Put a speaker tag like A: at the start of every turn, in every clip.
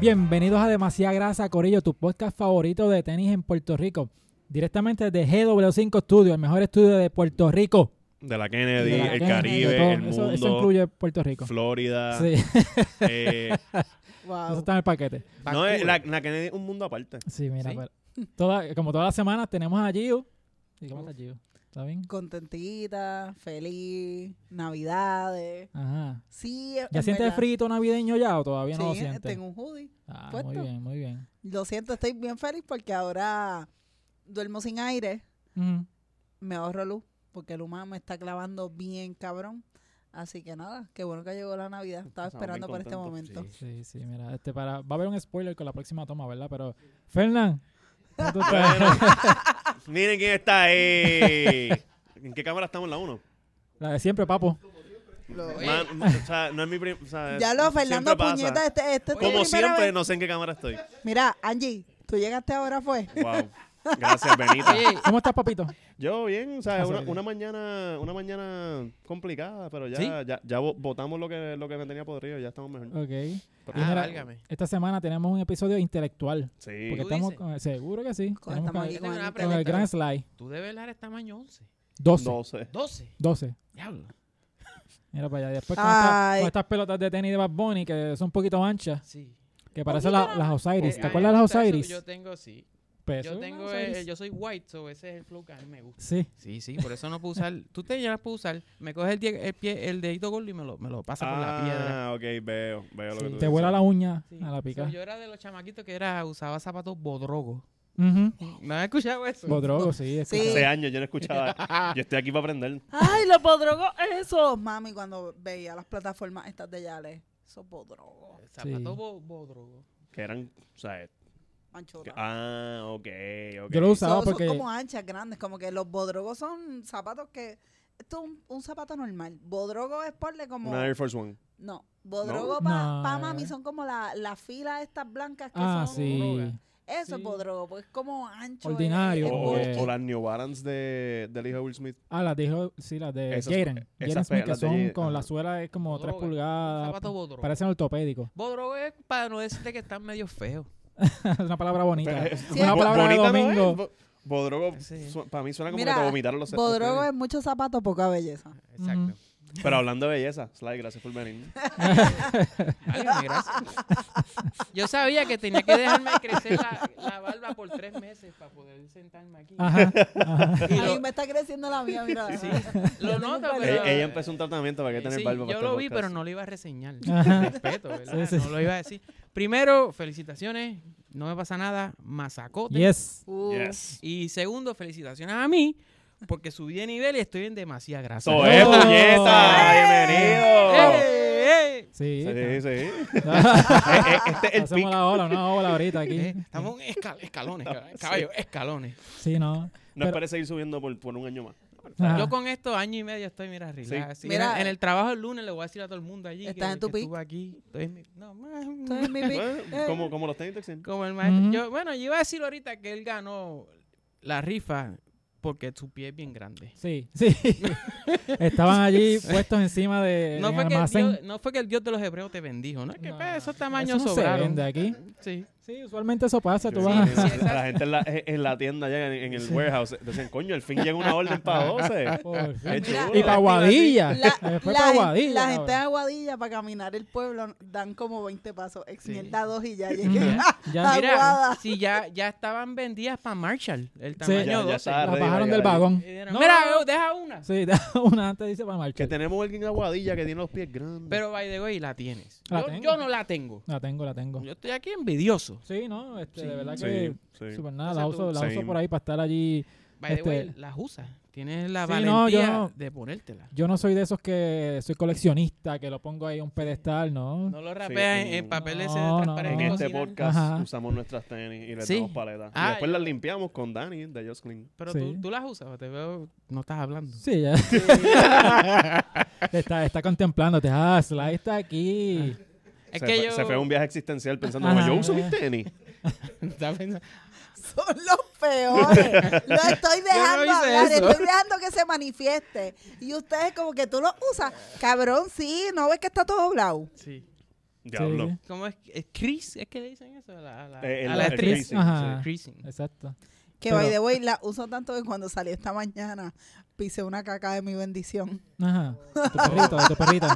A: Bienvenidos a Demasiada Grasa, Corillo, tu podcast favorito de tenis en Puerto Rico. Directamente de GW5 Studio, el mejor estudio de Puerto Rico.
B: De la
A: De
B: Kennedy,
A: la
B: el
A: Kennedy, de todo.
B: Caribe, el
A: Eso-
B: mundo,
A: Eso, incluye Puerto Rico.
B: Florida.
A: Sí,
B: eh,
A: eso
C: Wow.
A: está en el paquete.
B: no, eh, la, la Kennedy es un mundo aparte.
A: Sí, mira,
B: Sí.
A: pero- toda- como todas las semanas tenemos a Gio. ¿Y cómo está Gio? ¿Está bien?
C: Contentita, feliz, navidades.
A: Ajá.
C: Sí, en-
A: ¿Ya
C: en
A: sientes
C: verdad.
A: frito navideño ya o todavía no lo
C: Sí, eh,
A: sientes?
C: tengo un hoodie.
A: Ah, muy
C: puesto.
A: bien, muy bien.
C: Lo siento, estoy bien feliz porque ahora duermo sin aire,
A: Ujú.
C: me ahorro luz, porque el humano me está clavando bien cabrón. Así que nada, qué bueno que llegó la Navidad. Estaba
B: Estamos
C: esperando
B: bien
C: por este
B: contentos,
C: momento.
A: Sí, sí, mira, este para va a haber un spoiler con la próxima toma, ¿verdad? Pero Fernán, ¿cómo tú estás?
B: Bueno, miren quién está ahí. ¿En qué cámara estamos? La 1.
A: la de siempre, papo.
B: o sea, no es mi prim- o sea,
C: Ya lo,
B: siempre
C: Fernando
B: pasa.
C: Puñeta, este, este es tu
B: Como
C: primera
B: siempre,
C: vez.
B: no sé en qué cámara estoy.
C: Mira, Angie, tú llegaste ahora, fue.
B: Wow. Gracias, Benita.
D: Oye, ah,
A: ¿Cómo estás, papito?
B: Yo bien, o sea,
A: Ah,
B: una,
A: sorry.
B: una mañana una mañana complicada, pero ya
D: ¿Sí?
B: ya, ya vo- votamos lo que lo que me tenía podrido, ya estamos mejor.
A: Ok.
D: ah,
A: Mira,
D: válgame.
A: Esta semana tenemos un episodio intelectual.
B: Sí.
A: Porque
D: ¿Tú
A: estamos.
D: dices?
A: eh, seguro que sí.
C: Con
A: Tenemos
C: esta
A: con,
C: maldita-
D: Yo tengo una
C: con
A: con el
D: pregunta.
A: Grand Slide.
D: Tú debes dar el tamaño 11.
A: 12.
B: No sé.
D: 12.
A: 12.
D: Diablo.
A: Mira para allá. Después con, esta-
C: Ay.
A: con estas pelotas de tenis de Bad Bunny que son un poquito anchas.
D: Sí.
A: Que parecen la- las Osiris. ¿Te
D: Eh, a mí
A: acuerdas
D: me
A: de las
D: gusta eso,
A: Osiris?
D: Yo tengo, sí.
A: Pues,
D: Yo
A: son
D: tengo,
A: las
D: eh,
A: Osiris.
D: yo soy white, so ese es el flow que a mí me gusta.
A: Sí.
D: Sí, sí, por eso no puedo usar. Tú te llegas a usar, me coges el, die- el pie, el dedito gordo y me lo, me lo pasa por la piedra.
B: Ah, ok, veo, veo lo que tú
A: Te
B: dices.
A: vuela la uña
D: Sí.
A: a la pica.
D: So, yo era de los chamaquitos que era usaba zapatos bodrogo.
A: Ujú.
D: ¿No has escuchado eso?
A: Bodrogo, sí. es
C: Sí.
A: que-
B: Hace años yo no escuchaba. yo estoy aquí para aprender.
C: Ay, los podrogos, eso. Mami, cuando veía las plataformas estas de Yale, esos podrogos,
D: Zapatos
A: Sí.
D: bo- bodrogo.
B: Que eran, o sea, que-
C: manchotas.
B: ah, ok, ok.
A: Yo lo usaba
C: Son, son
A: porque.
C: como anchas, grandes, como que los bodrogos son zapatos que... Esto es un, un zapato normal. Bodrogo es porle como...
B: Una Air Force One.
C: No, bodrogo para
A: No, eh.
C: mami son como la- las filas estas blancas que
A: Ah,
C: son...
A: sí.
C: Eso es
D: Sí.
C: bodrogo, porque es como ancho. es-
A: Ordinario,
B: O,
C: es
B: o-
A: porque-
C: bulky.
B: o las New Balance de, del hijo de Will Smith.
A: Ah, las dijo, sí, las de
B: Esas-
A: Jaden.
B: esas
A: Jaden Smith, que
B: pelas de
A: son
B: Jaden,
A: con la
B: ajá.
A: suela es como 3
D: Bodroga.
A: pulgadas.
D: Zapatos bodrogo.
A: Parecen ortopédicos.
D: Bodrogo es para no decirte que están medio feos.
A: es una palabra bonita.
B: Pero,
C: Sí,
A: Una
B: bo-
A: palabra de
B: bonita no es,
A: domingo.
B: bo- Bodrogo,
D: Sí.
B: para mí suena como
C: Mira,
B: que te vomitaron los
C: Bodrogo es muchos zapatos, poca belleza.
D: Exacto.
B: Pero hablando de belleza, Sly, gracias por venir.
D: Válgame, gracias. Yo sabía que tenía que dejarme crecer la, la barba por tres meses para poder sentarme aquí.
A: Ajá, ajá.
D: Y
C: A
D: lo-
C: mí me está creciendo la mía, mira.
D: Sí,
C: Yo
D: lo
C: tengo un
D: noto,
C: pelo-
D: pero...
B: ella, ella empezó un tratamiento para que tener
D: Sí,
B: barba. para
D: yo
B: este
D: lo vi,
B: podcast.
D: pero no lo iba a reseñar.
A: Ajá.
D: Respeto, ¿verdad?
A: Sí, sí.
D: No lo iba a decir. Primero, felicitaciones. No me pasa nada. Mazacote.
A: Yes.
C: Uh,
B: Yes.
D: Y segundo, felicitaciones a mí porque subí de nivel y estoy en demasiada grasa.
B: Eso es,
A: Oh.
B: puñeta. Bienvenido.
D: ¡Eh, eh,
A: Sí.
B: Sí, sí. Eh, eh, este es el
A: Hacemos
B: pic.
A: la ola, una ola ahorita aquí.
D: eh! Estamos en escal- escalones, cabrón. caballo, escalones.
A: Sí, no.
B: No
A: Pero-
B: esperes seguir subiendo por, por un año más.
A: Ajá.
D: Yo con esto año y medio estoy, mira, relax.
C: Sí.
D: Y
C: Mira. eh,
D: en- en el trabajo el lunes le voy a decir a todo el mundo allí
C: ¿Estás
D: que,
C: en tu
D: que
C: pic?
D: estuve aquí. Estoy en mi- no, más-
C: entonces mi pic-
B: Bueno,
C: eh.
B: Pues, como, como los tenis Texan.
D: Como el maestro.
A: Ujú.
D: yo, bueno, yo iba a decir ahorita que él ganó la rifa porque su pie es bien grande.
A: Sí, sí. Estaban allí puestos encima de
D: No
A: en
D: fue, que el
A: almacén.
D: Dios, no fue que el Dios de los hebreos te bendijo, ¿no? Que
A: Eh, No,
D: pues, esos tamaños
A: Eso no se
D: sobraron.
A: vende aquí.
D: Sí.
A: Sí, usualmente eso pasa. Tú
B: Yo
A: vas
B: vi
A: a...
B: que la, la gente en la, en la tienda allá en, en el warehouse decían, coño, al fin llega una orden para 12.
A: Por fin.
B: Qué
C: Mira,
B: chulo.
A: Y para
D: Ah.
A: Guadilla.
C: La,
A: Después
C: la
A: para
C: gen-
A: Guadilla.
C: la gente de
A: cabrón.
C: Aguadilla para caminar el pueblo dan como 20 pasos. Ex
D: Sí.
C: mierda dos y ya llegué.
A: Mm, ya,
C: Ah,
D: Mira,
C: Aguada.
D: si ya, ya estaban vendidas para Marshall, el tamaño
A: Ya, ya
D: 12.
B: está.
A: la
B: arriba,
A: bajaron
B: ya,
A: del
B: ya.
A: vagón.
D: Y dijeron,
A: No,
D: Mira,
A: no, no.
D: eh, deja una.
A: Sí, una antes dice para
B: Que
A: marchar.
B: tenemos alguien en Aguadilla que tiene los pies grandes.
D: Pero, by the way, la tienes.
A: La
D: yo,
A: tengo.
D: yo no la tengo.
A: La tengo, la tengo.
D: Yo estoy aquí envidioso.
A: Sí, no, este, de verdad
B: sí,
A: que...
B: sí.
A: Super nada,
D: Esa
A: la
D: tú-
A: uso, la uso
B: Same.
A: por ahí para estar allí.
D: By the way,
A: Este-
D: las usas. Tienes la
A: Sí, no, yo
D: valentía
A: no.
D: de ponértela.
A: Yo no soy de esos que soy coleccionista, que lo pongo ahí en un pedestal, ¿no.
D: No lo rapeas en,
B: en-
D: en papel ese
A: No, no,
D: transparente.
B: En
A: no.
B: este
D: cocina.
B: podcast
A: Ajá.
B: usamos nuestras tenis y les
D: Sí.
B: damos paletas.
D: Ah,
B: y después
D: yo-
B: las limpiamos con Dani de Just Clean.
D: Pero
A: Sí.
D: tú, tú las usas, te veo, no estás hablando.
A: Sí, ya. está, está contemplándote. Ah, Sly está aquí.
D: Es
B: se,
D: que
B: fue,
D: yo.
B: se fue a un viaje existencial pensando,
A: Ajá.
B: como yo uso mis tenis.
D: Estaba pensando-
C: Son los peores. Lo estoy dejando
D: hice
C: hablar,
D: eso.
C: estoy dejando que se manifieste. Y ustedes como que tú lo usas. Cabrón, sí, no ves que está todo doblado.
D: sí.
B: Diablo.
A: Sí.
D: ¿Cómo es? ¿Es Chris? ¿Es que le dicen eso? A la, a la,
B: Eh, el-
D: a la
B: el
D: actriz.
B: creasing,
A: Ajá.
B: sí.
D: Creasing.
A: Exacto.
C: Que by the way, la uso tanto que cuando salí esta mañana pisé una caca de mi bendición.
A: Ajá. Tu perrito, tu perrito.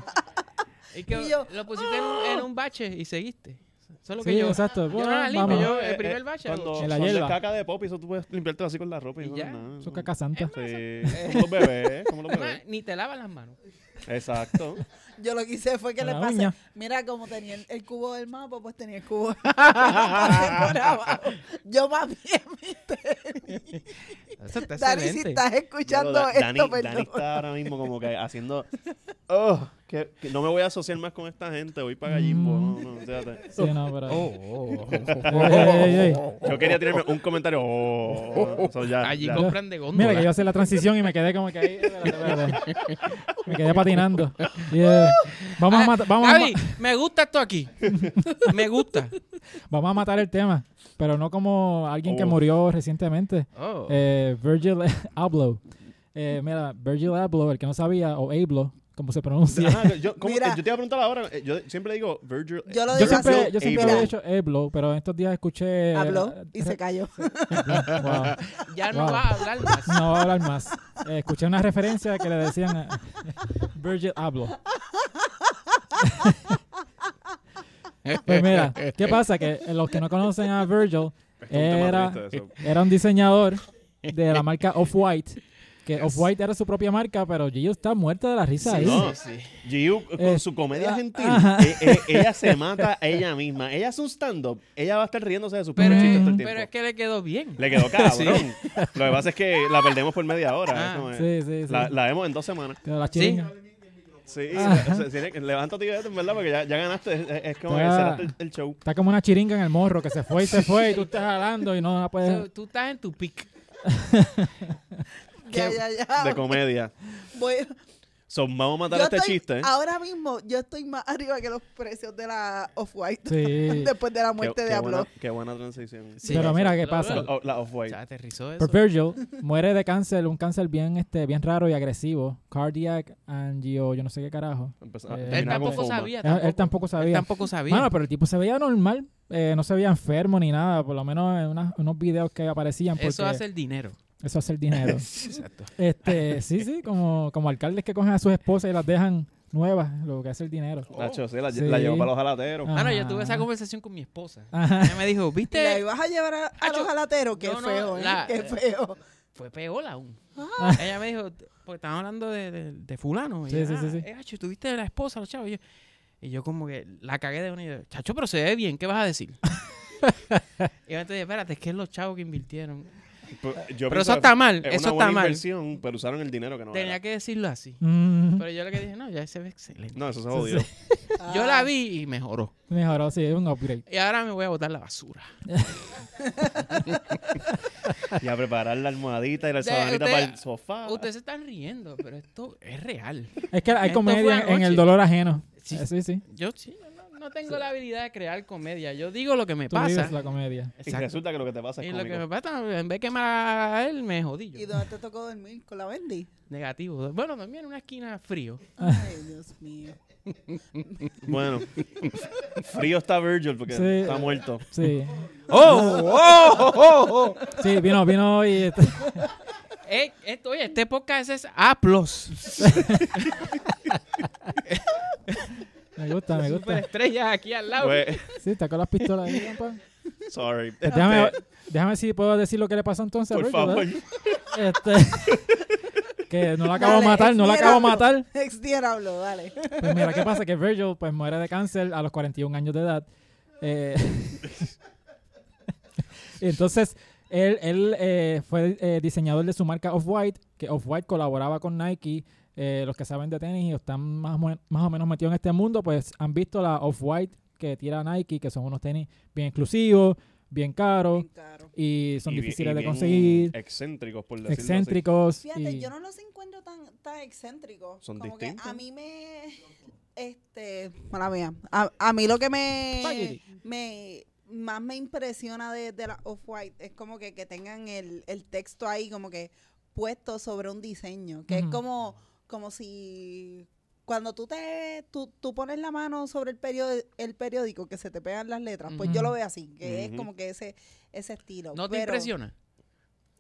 D: Y que
C: Y yo,
D: lo pusiste en un- en, un bache y seguiste. Solo que
A: Sí,
D: yo.
A: exacto.
D: Yo no la limpio,
A: Vamos.
D: Ah, yo el primer bache.
B: Cuando
A: En la
B: cuando es
A: hierba.
B: caca de pop, eso tú puedes limpiarte así con la ropa.
D: Y
B: Y, eso
D: ya.
B: no es
A: Su
B: nada.
A: caca santa.
B: Sí, como los bebés, como los
D: Es
B: bebés.
D: más, ni te lavas las manos.
B: Exacto.
C: Yo lo que hice fue que
A: Con
C: le
A: la
C: pasé.
A: uña.
C: Mira, como tenía el, el cubo del mapa, pues tenía el cubo. por abajo. Yo más bien,
D: Eso está
C: Dani, si
D: excelente.
C: estás escuchando
B: Diablo, Da-
C: esto,
B: Dani, Dani
C: perdón.
B: está ahora mismo como que haciendo. "Ugh, que, que no me voy a asociar más con esta gente. Voy para Gallimbo.
A: Mm.
B: no, no, fíjate.
A: Sí, no, pero.
D: Oh,
A: Ey, ey, ey, ey.
B: Yo quería tirarme un comentario. "Oh", eso ya,
D: Allí
B: ya.
D: compran de góndola.
A: Mira que yo hice la transición y me quedé como que ahí. espérate, espérate. Me quedé patinando. Yeah. Vamos, a
D: Ah,
A: matar, vamos, a
D: Gaby, me gusta esto aquí. me gusta.
A: ma- vamos a matar el tema, pero no como alguien que
B: Uf.
A: murió recientemente.
D: Oh.
A: Eh, Virgil Abloh. Eh, mira, Virgil Abloh, el que no sabía, o Abloh, como se pronuncia.
B: Ajá, yo, ¿cómo-
C: Mira.
B: yo te iba a preguntar ahora. eh, Yo siempre digo Virgil.
C: Yo lo
A: Yo
C: digo
A: siempre,
C: así.
A: yo siempre
B: Abloh.
A: había dicho Abloh, pero en estos días escuché...
C: Habló
A: eh,
C: y se cayó.
A: Wow.
D: ya no
A: wow.
D: va a hablar más.
A: No voy a hablar más. Eh, escuché una referencia que le decían a Virgil Abloh. Pues mira, ¿qué pasa? Que los que no conocen a Virgil,
B: Pues Es un tema
A: Era-
B: triste eso.
A: era un diseñador de la marca Off-White. Que Off-White era su propia marca, pero Gio está muerta de la risa ahí.
B: No, Giu, con
A: Eh,
B: su comedia
A: ah,
B: gentil,
A: ajá.
B: eh, eh, ella se mata a ella misma. Ella hace un stand-up. Ella va a estar riéndose de sus
A: Eh,
D: Pero,
B: propios chistes todo el
D: es,
B: tiempo.
D: pero es que le quedó bien.
B: Le quedó cabrón. Lo que pasa es que la perdemos por media hora.
D: Ah.
B: eso es.
A: Sí, sí, sí.
B: La, la vemos en dos semanas.
A: Pero la chiringa.
B: Sí,
A: Ajá.
B: se- se- tiene que- levántate y vete, en verdad, porque ya, ya ganaste. Es, es como que
A: Ah.
B: cerraste el, el show.
A: Está como una chiringa en el morro que se fue y se fue y tú estás jalando y no la
D: So,
A: puedes...
D: tú estás en tu pick.
C: ya, ya, ya.
B: De comedia.
C: Voy-
B: So, vamos a matar
C: Ah, yo
B: este
C: estoy-
B: chiste.
C: Ahora mismo yo estoy más arriba que los precios de la Off-White
A: Sí.
C: después de la
B: Qué,
C: muerte
B: qué
C: de
B: buena,
C: Ablo.
B: qué buena transición.
D: Sí.
A: Pero mira, ¿qué
D: Lo-
A: pasa?
D: lo-
B: La, la off-white.
D: Ya aterrizó eso.
A: Pues Virgil muere de cáncer, un cáncer bien, este, bien raro y agresivo. Cardiac angio, yo no sé qué carajo.
B: Empezó-
A: Eh,
B: terminaba
D: Él
A: Mira,
D: tampoco
B: con foma.
D: sabía.
A: Ah, Él, él tampoco
D: Él
A: sabía.
D: tampoco sabía.
A: Bueno, pero el tipo se veía normal, eh, no se veía enfermo ni nada, por lo menos en unas- unos videos que aparecían. Porque
D: eso hace el dinero.
A: eso hace el dinero.
D: Exacto.
A: este, sí, sí, como, como alcaldes que cogen a sus esposas y las dejan nuevas, lo que hace el dinero.
B: Nacho, sí, la,
A: Sí.
B: la llevó para los jalateros.
A: Ah.
D: Mano, yo tuve esa conversación con mi esposa. Ella me dijo,
C: ¿Y la
D: ¿viste?
C: ibas a llevar a, a
D: Acho,
C: los jalateros? Qué
D: no, no,
C: feo, ¿eh?
D: la-
C: Qué feo.
D: Fue peor aún. Ella me dijo, porque estaban hablando de, de, de fulano. Y
A: Sí,
D: yo,
A: sí, sí,
D: "Ah,
A: sí.
D: eh, Hacho, ¿tuviste la esposa, los chavos? Y yo, y yo como que la cagué de una y yo, chacho, pero se ve bien, ¿qué vas a decir? y yo entonces, espérate, es que es los chavos que invirtieron.
B: Pero, yo
D: Pero
B: pienso
D: eso
B: que
D: está mal,
B: es
D: eso
B: una buena
D: está mal.
B: inversión, pero usaron el dinero que no
D: Tenía
B: era.
D: que decirlo así.
A: Mm,
D: Pero yo lo que dije, no, ya se ve excelente.
B: No, eso se
A: Sí,
B: jodió.
C: Ah.
D: Yo la vi y mejoró.
A: mejoró, sí, es un upgrade.
D: Y ahora me voy a botar la basura.
B: Y a preparar la almohadita y la
D: De-
B: sabanita
D: usted-
B: para el sofá.
D: Ustedes se están riendo, pero esto es real.
A: Es que hay
D: Esto
A: comedia
D: fue
A: en el
D: anoche.
A: dolor ajeno.
D: Sí.
A: Eh, Sí, sí.
D: Yo sí, yo no, no tengo la habilidad de crear comedia. Yo digo lo que me
A: Tú
D: pasa.
A: vives la comedia.
B: Y
D: Exacto.
B: resulta que lo que te pasa es
D: Y lo
B: cómico.
D: que me pasa, en vez de quemar a él, me jodí
C: Ah, ¿Y
D: yo.
C: dónde te tocó dormir? ¿Con la Bendy?
D: Negativo. Bueno, también en una esquina frío.
A: Ah.
C: Ay, Dios mío.
B: Bueno, frío está Virgil porque
A: Sí.
B: está muerto.
A: Sí.
D: ¡Oh! ¡Oh! ¡Oh!
A: Sí, vino, vino hoy. este,
D: esto, oye, este podcast es aplos.
A: Me gusta, Ah, me gusta.
D: Superestrellas aquí al lado.
B: Pues,
A: Sí, está con las pistolas ahí, compa.
B: sorry. Este,
A: Eh, Déjame, déjame ver si puedo decir lo que le pasó entonces. a
B: Por
A: Virgil,
B: favor.
A: ¿verdad? Este, que no la acabo de
C: Dale,
A: matar, no la acabo de
C: extiéndalo.
A: matar.
C: Ex diablo, dale.
A: Pues mira, ¿qué pasa? Que Virgil pues muere de cáncer a los 41 años de edad. Eh, entonces, él, él eh, fue eh, diseñador de su marca Off-White, que Off-White colaboraba con Nike. Eh, los que saben de tenis y están más, o men- más o menos metidos en este mundo, pues han visto la Off-White que tira Nike, que son unos tenis bien exclusivos, bien caros
C: Bien caro.
A: y son
B: Y bien-
A: difíciles
B: y
A: de
B: bien
A: conseguir,
B: Excéntricos, por decirlo
A: excéntricos.
C: Fíjate,
A: Pues, y-
C: yo no los encuentro tan, tan excéntricos.
B: Son
C: Como
B: distintos.
C: que a mí me. Este. Mala mía. A, a mí lo que me.
A: Spaghetti.
C: me más me impresiona de, de la Off-White es como que, que tengan el, el texto ahí, como que puesto sobre un diseño. Que
A: Ujú.
C: es como, como si. Cuando tú te tú, tú pones la mano sobre el periódico, el periódico que se te pegan las letras, pues yo
A: Ujú.
C: lo veo así, que
B: Ujú.
C: es como que ese ese estilo.
D: ¿No te
C: Pero
D: impresiona?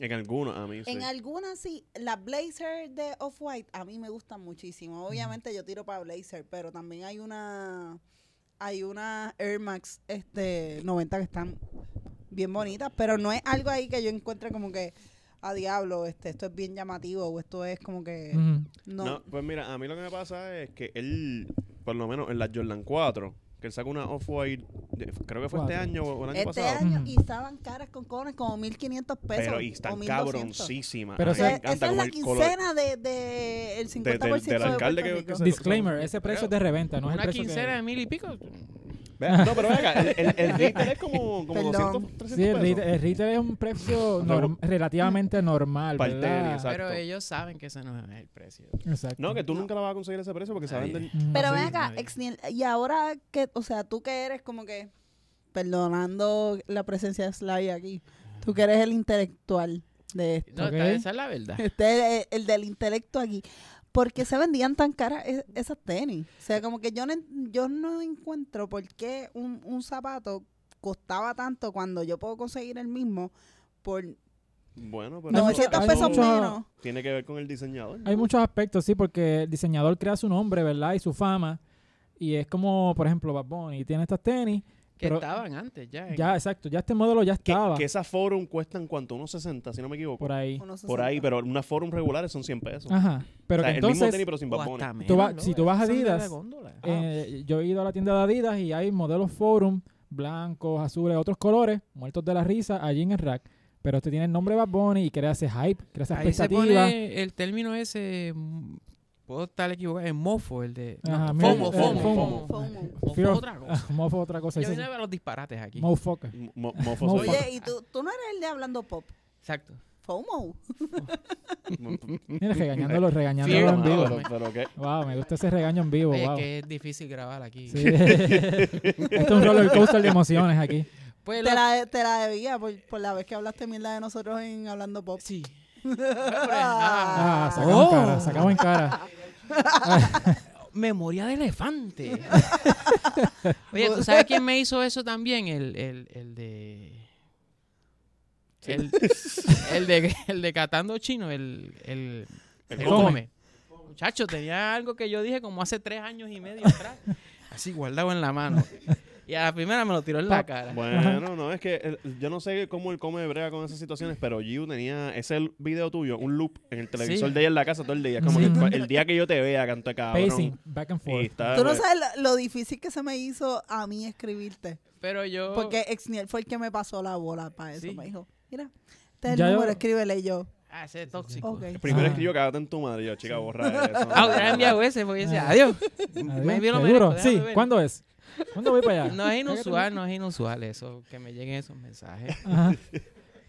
B: En algunos, a mí sí.
C: En algunas sí, las blazer de Off-White a mí me gustan muchísimo. Obviamente yo tiro para blazer, pero también hay una hay una Air Max este 90 que están bien bonitas, pero no es algo ahí que yo encuentre como que a diablo, este esto es bien llamativo o esto es como que
A: Ujú.
C: no.
B: No, pues mira, a mí lo que me pasa es que él, por lo menos en la Jordan 4, que él sacó una Off-White, de- creo que fue este
A: Cuatro.
B: año o el año
C: Este
B: pasado.
C: año
A: Ujú.
C: y estaban caras con cones como 1500 pesos.
B: pero y
C: o
B: están
C: 1200.
B: cabroncísimas.
A: Pero
B: A mí me
A: esa-
C: Esa,
B: encanta
C: esa es
B: como
C: la
B: el color.
C: quincena de, de el 50%
B: del- del
C: de Puerto
B: alcalde que- que
C: Rico.
B: se-
A: Disclaimer, ese precio es de reventa, no es el
D: Una
A: precio que-
D: quincena de mil y pico.
B: Ve- No, pero venga, el, el, el retail es como, como
C: Perdón.
B: 200, 300
A: Sí, el
B: pesos.
A: retail, el retail es un precio norm- relativamente normal,
B: Para el
A: ¿verdad?
B: tenis, exacto.
D: Pero ellos saben que ese no es el precio.
A: Exacto. Mm,
B: No, que tú nunca la vas a conseguir ese precio porque se
D: Ahí.
B: venden...
A: Ujú.
C: Pero
D: Sí,
C: ven acá,
D: nadie.
C: Exniel, y ahora que, o sea, tú que eres como que, perdonando la presencia de Slavia aquí, tú que eres el intelectual de esto,
D: No,
A: Ok.
D: esta- esa es la verdad.
C: este es el, el del intelecto aquí, ¿por qué se vendían tan caras es- esas tenis? O sea, como que yo no, en- yo no encuentro por qué un, un zapato costaba tanto cuando yo puedo conseguir el mismo por
B: Bueno, pero...
A: Hay mucho-
C: 900
A: hay
C: pesos
A: mucho-
C: menos.
B: Tiene que ver con el diseñador.
A: Hay muchos aspectos, sí, porque el diseñador crea su nombre, ¿verdad? Y su fama. Y es como, por ejemplo, Bad Bunny tiene estos tenis.
D: Que
A: Pero-
D: estaban antes ya. en-
A: Ya, exacto, ya este modelo ya
B: Que,
A: estaba
B: que esas forum cuestan, ¿cuánto? Unos 60, si no me equivoco.
A: por ahí.
C: unos
B: Por ahí,
C: 60.
B: pero unas forum regulares son 100 pesos.
A: Ajá. Ah, Pero
B: O sea,
A: que
B: el mismo
A: entonces,
B: tenis, pero sin
D: o
B: Bad
D: hasta
B: Bunny.
D: menos,
A: Tú vas-
D: ¿no?
A: si tú vas a
D: Esas son de la
A: Adidas,
D: góndola.
A: eh, yo he ido a la tienda de Adidas y hay modelos Forum, blancos, azules, otros colores, muertos de la risa, allí en el rack. Pero este tiene el nombre Bad Bunny y crea ese hype, crea esa
D: Ahí se
A: expectativa.
D: pone el término ese, mm, puedo estar equivocado, es mofo, el de... no,
A: Ajá, mira,
D: fomo,
A: eh,
D: fomo,
A: fomo.
D: fomo.
C: FOMO.
D: Mofo
A: Fear of-
D: otra cosa.
A: Mofo otra cosa.
D: Yo
A: eso
D: vine
A: sí.
D: a ver los disparates aquí.
A: Motherfucker.
B: Mo- mofos
A: Mofos.
B: son-
C: Oye, y tú, tú no eres el de hablando pop,
D: Exacto.
C: FOMO.
A: Mira, regañándolo, regañándolo
D: Fear
A: en
D: of-
A: vivo.
B: Pero- pero que-
A: Wow, me gusta ese regaño en vivo.
D: Oye, es
A: wow.
D: que es difícil grabar aquí.
A: Sí. este es un roller coaster de emociones aquí.
D: Pues
C: Te
D: lo-
C: la, te la debía por, por la vez que hablaste mierda de nosotros en Hablando Pop.
D: Sí. No, pero es nada.
A: Ah, sacamos
D: Oh.
A: cara, sacamos en cara.
D: Memoria de elefante. Oye, ¿tú sabes quién me hizo eso también? El, el, el de... El, el de el de Catando Chino, el, el,
B: El
D: el
B: Come.
D: Come. Muchacho, tenía algo que yo dije como hace tres años y medio atrás. Así guardado en la mano. Y a la primera me lo tiró en la cara.
B: Bueno, no, es que el- yo no sé cómo él come brega con esas situaciones, pero Giu tenía ese l- video tuyo, un loop en el televisor de ella en la casa todo el día. Es como
A: Sí.
B: que pa- el día que yo te vea, canto de cabrón.
A: Pacing, back and
B: Y
A: forth.
B: está, pues,
C: Tú no sabes lo, lo difícil que se me hizo a mí escribirte.
D: Pero yo...
C: Porque Exniel fue el que me pasó la bola para eso.
D: Oh. Sí.
C: Me dijo, mira, este es el
A: Ya yo-
C: número, escríbele y yo.
D: Ah, ese es tóxico.
C: Ok.
B: Primero
A: Ah.
B: escribió cagate en tu madre. Yo, chica, borra eso.
D: Ah, hubiera enviado ese porque yo decía, adiós.
A: Ah. Adiós,
D: Me vieron
A: qué duro.
D: merezco, déjame
A: Sí,
D: ver.
A: ¿cuándo es? ¿Cuándo voy para allá?
D: No es inusual, no es inusual eso, que me lleguen esos mensajes.
A: Ajá.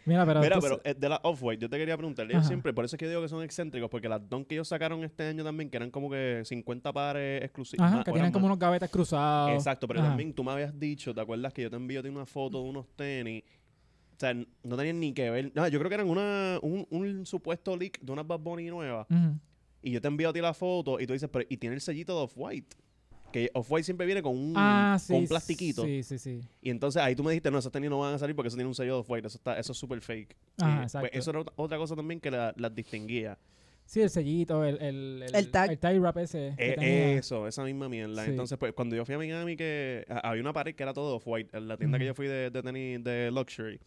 A: Mira, pero.
B: Mira,
A: entonces-
B: pero eh, de la Off-White, yo te quería preguntar. Ellos
A: Ajá.
B: siempre, por eso es que yo digo que son excéntricos, porque las Don que ellos sacaron este año también, que eran como que 50 pares exclusivos.
A: Ajá, que tienen como unos gavetas cruzados.
B: Exacto, pero
A: Ajá.
B: también tú me habías dicho, ¿te acuerdas que yo te envié a ti una foto de unos tenis? O sea, n- no tenían ni que ver. No, yo creo que eran una, un, un supuesto leak de unas Bad Bunny nuevas.
D: Mm,
A: Ujú.
B: Y yo te envío a ti la foto y tú dices, pero y tiene el sellito de Off-White. Que Off-White siempre viene con un,
A: Ah, sí.
B: con un plastiquito.
A: Sí, sí, sí.
B: Y entonces ahí tú me dijiste, no, esos tenis no van a salir porque eso tiene un sello de Off-White. Eso, está, eso es súper fake.
A: Ajá,
B: Y, pues,
A: exacto.
B: eso era ot- otra cosa también que la- las distinguía.
A: Sí, el sellito, el, el,
C: El tag.
A: El tag wrap ese. que
B: Eh,
A: tenía.
B: eso, esa misma mierda.
A: Sí.
B: Entonces, pues, cuando yo fui a Miami, que a- había una pared que era todo Off-White. En la tienda que
A: Ujú.
B: yo fui de, de tenis de Luxury.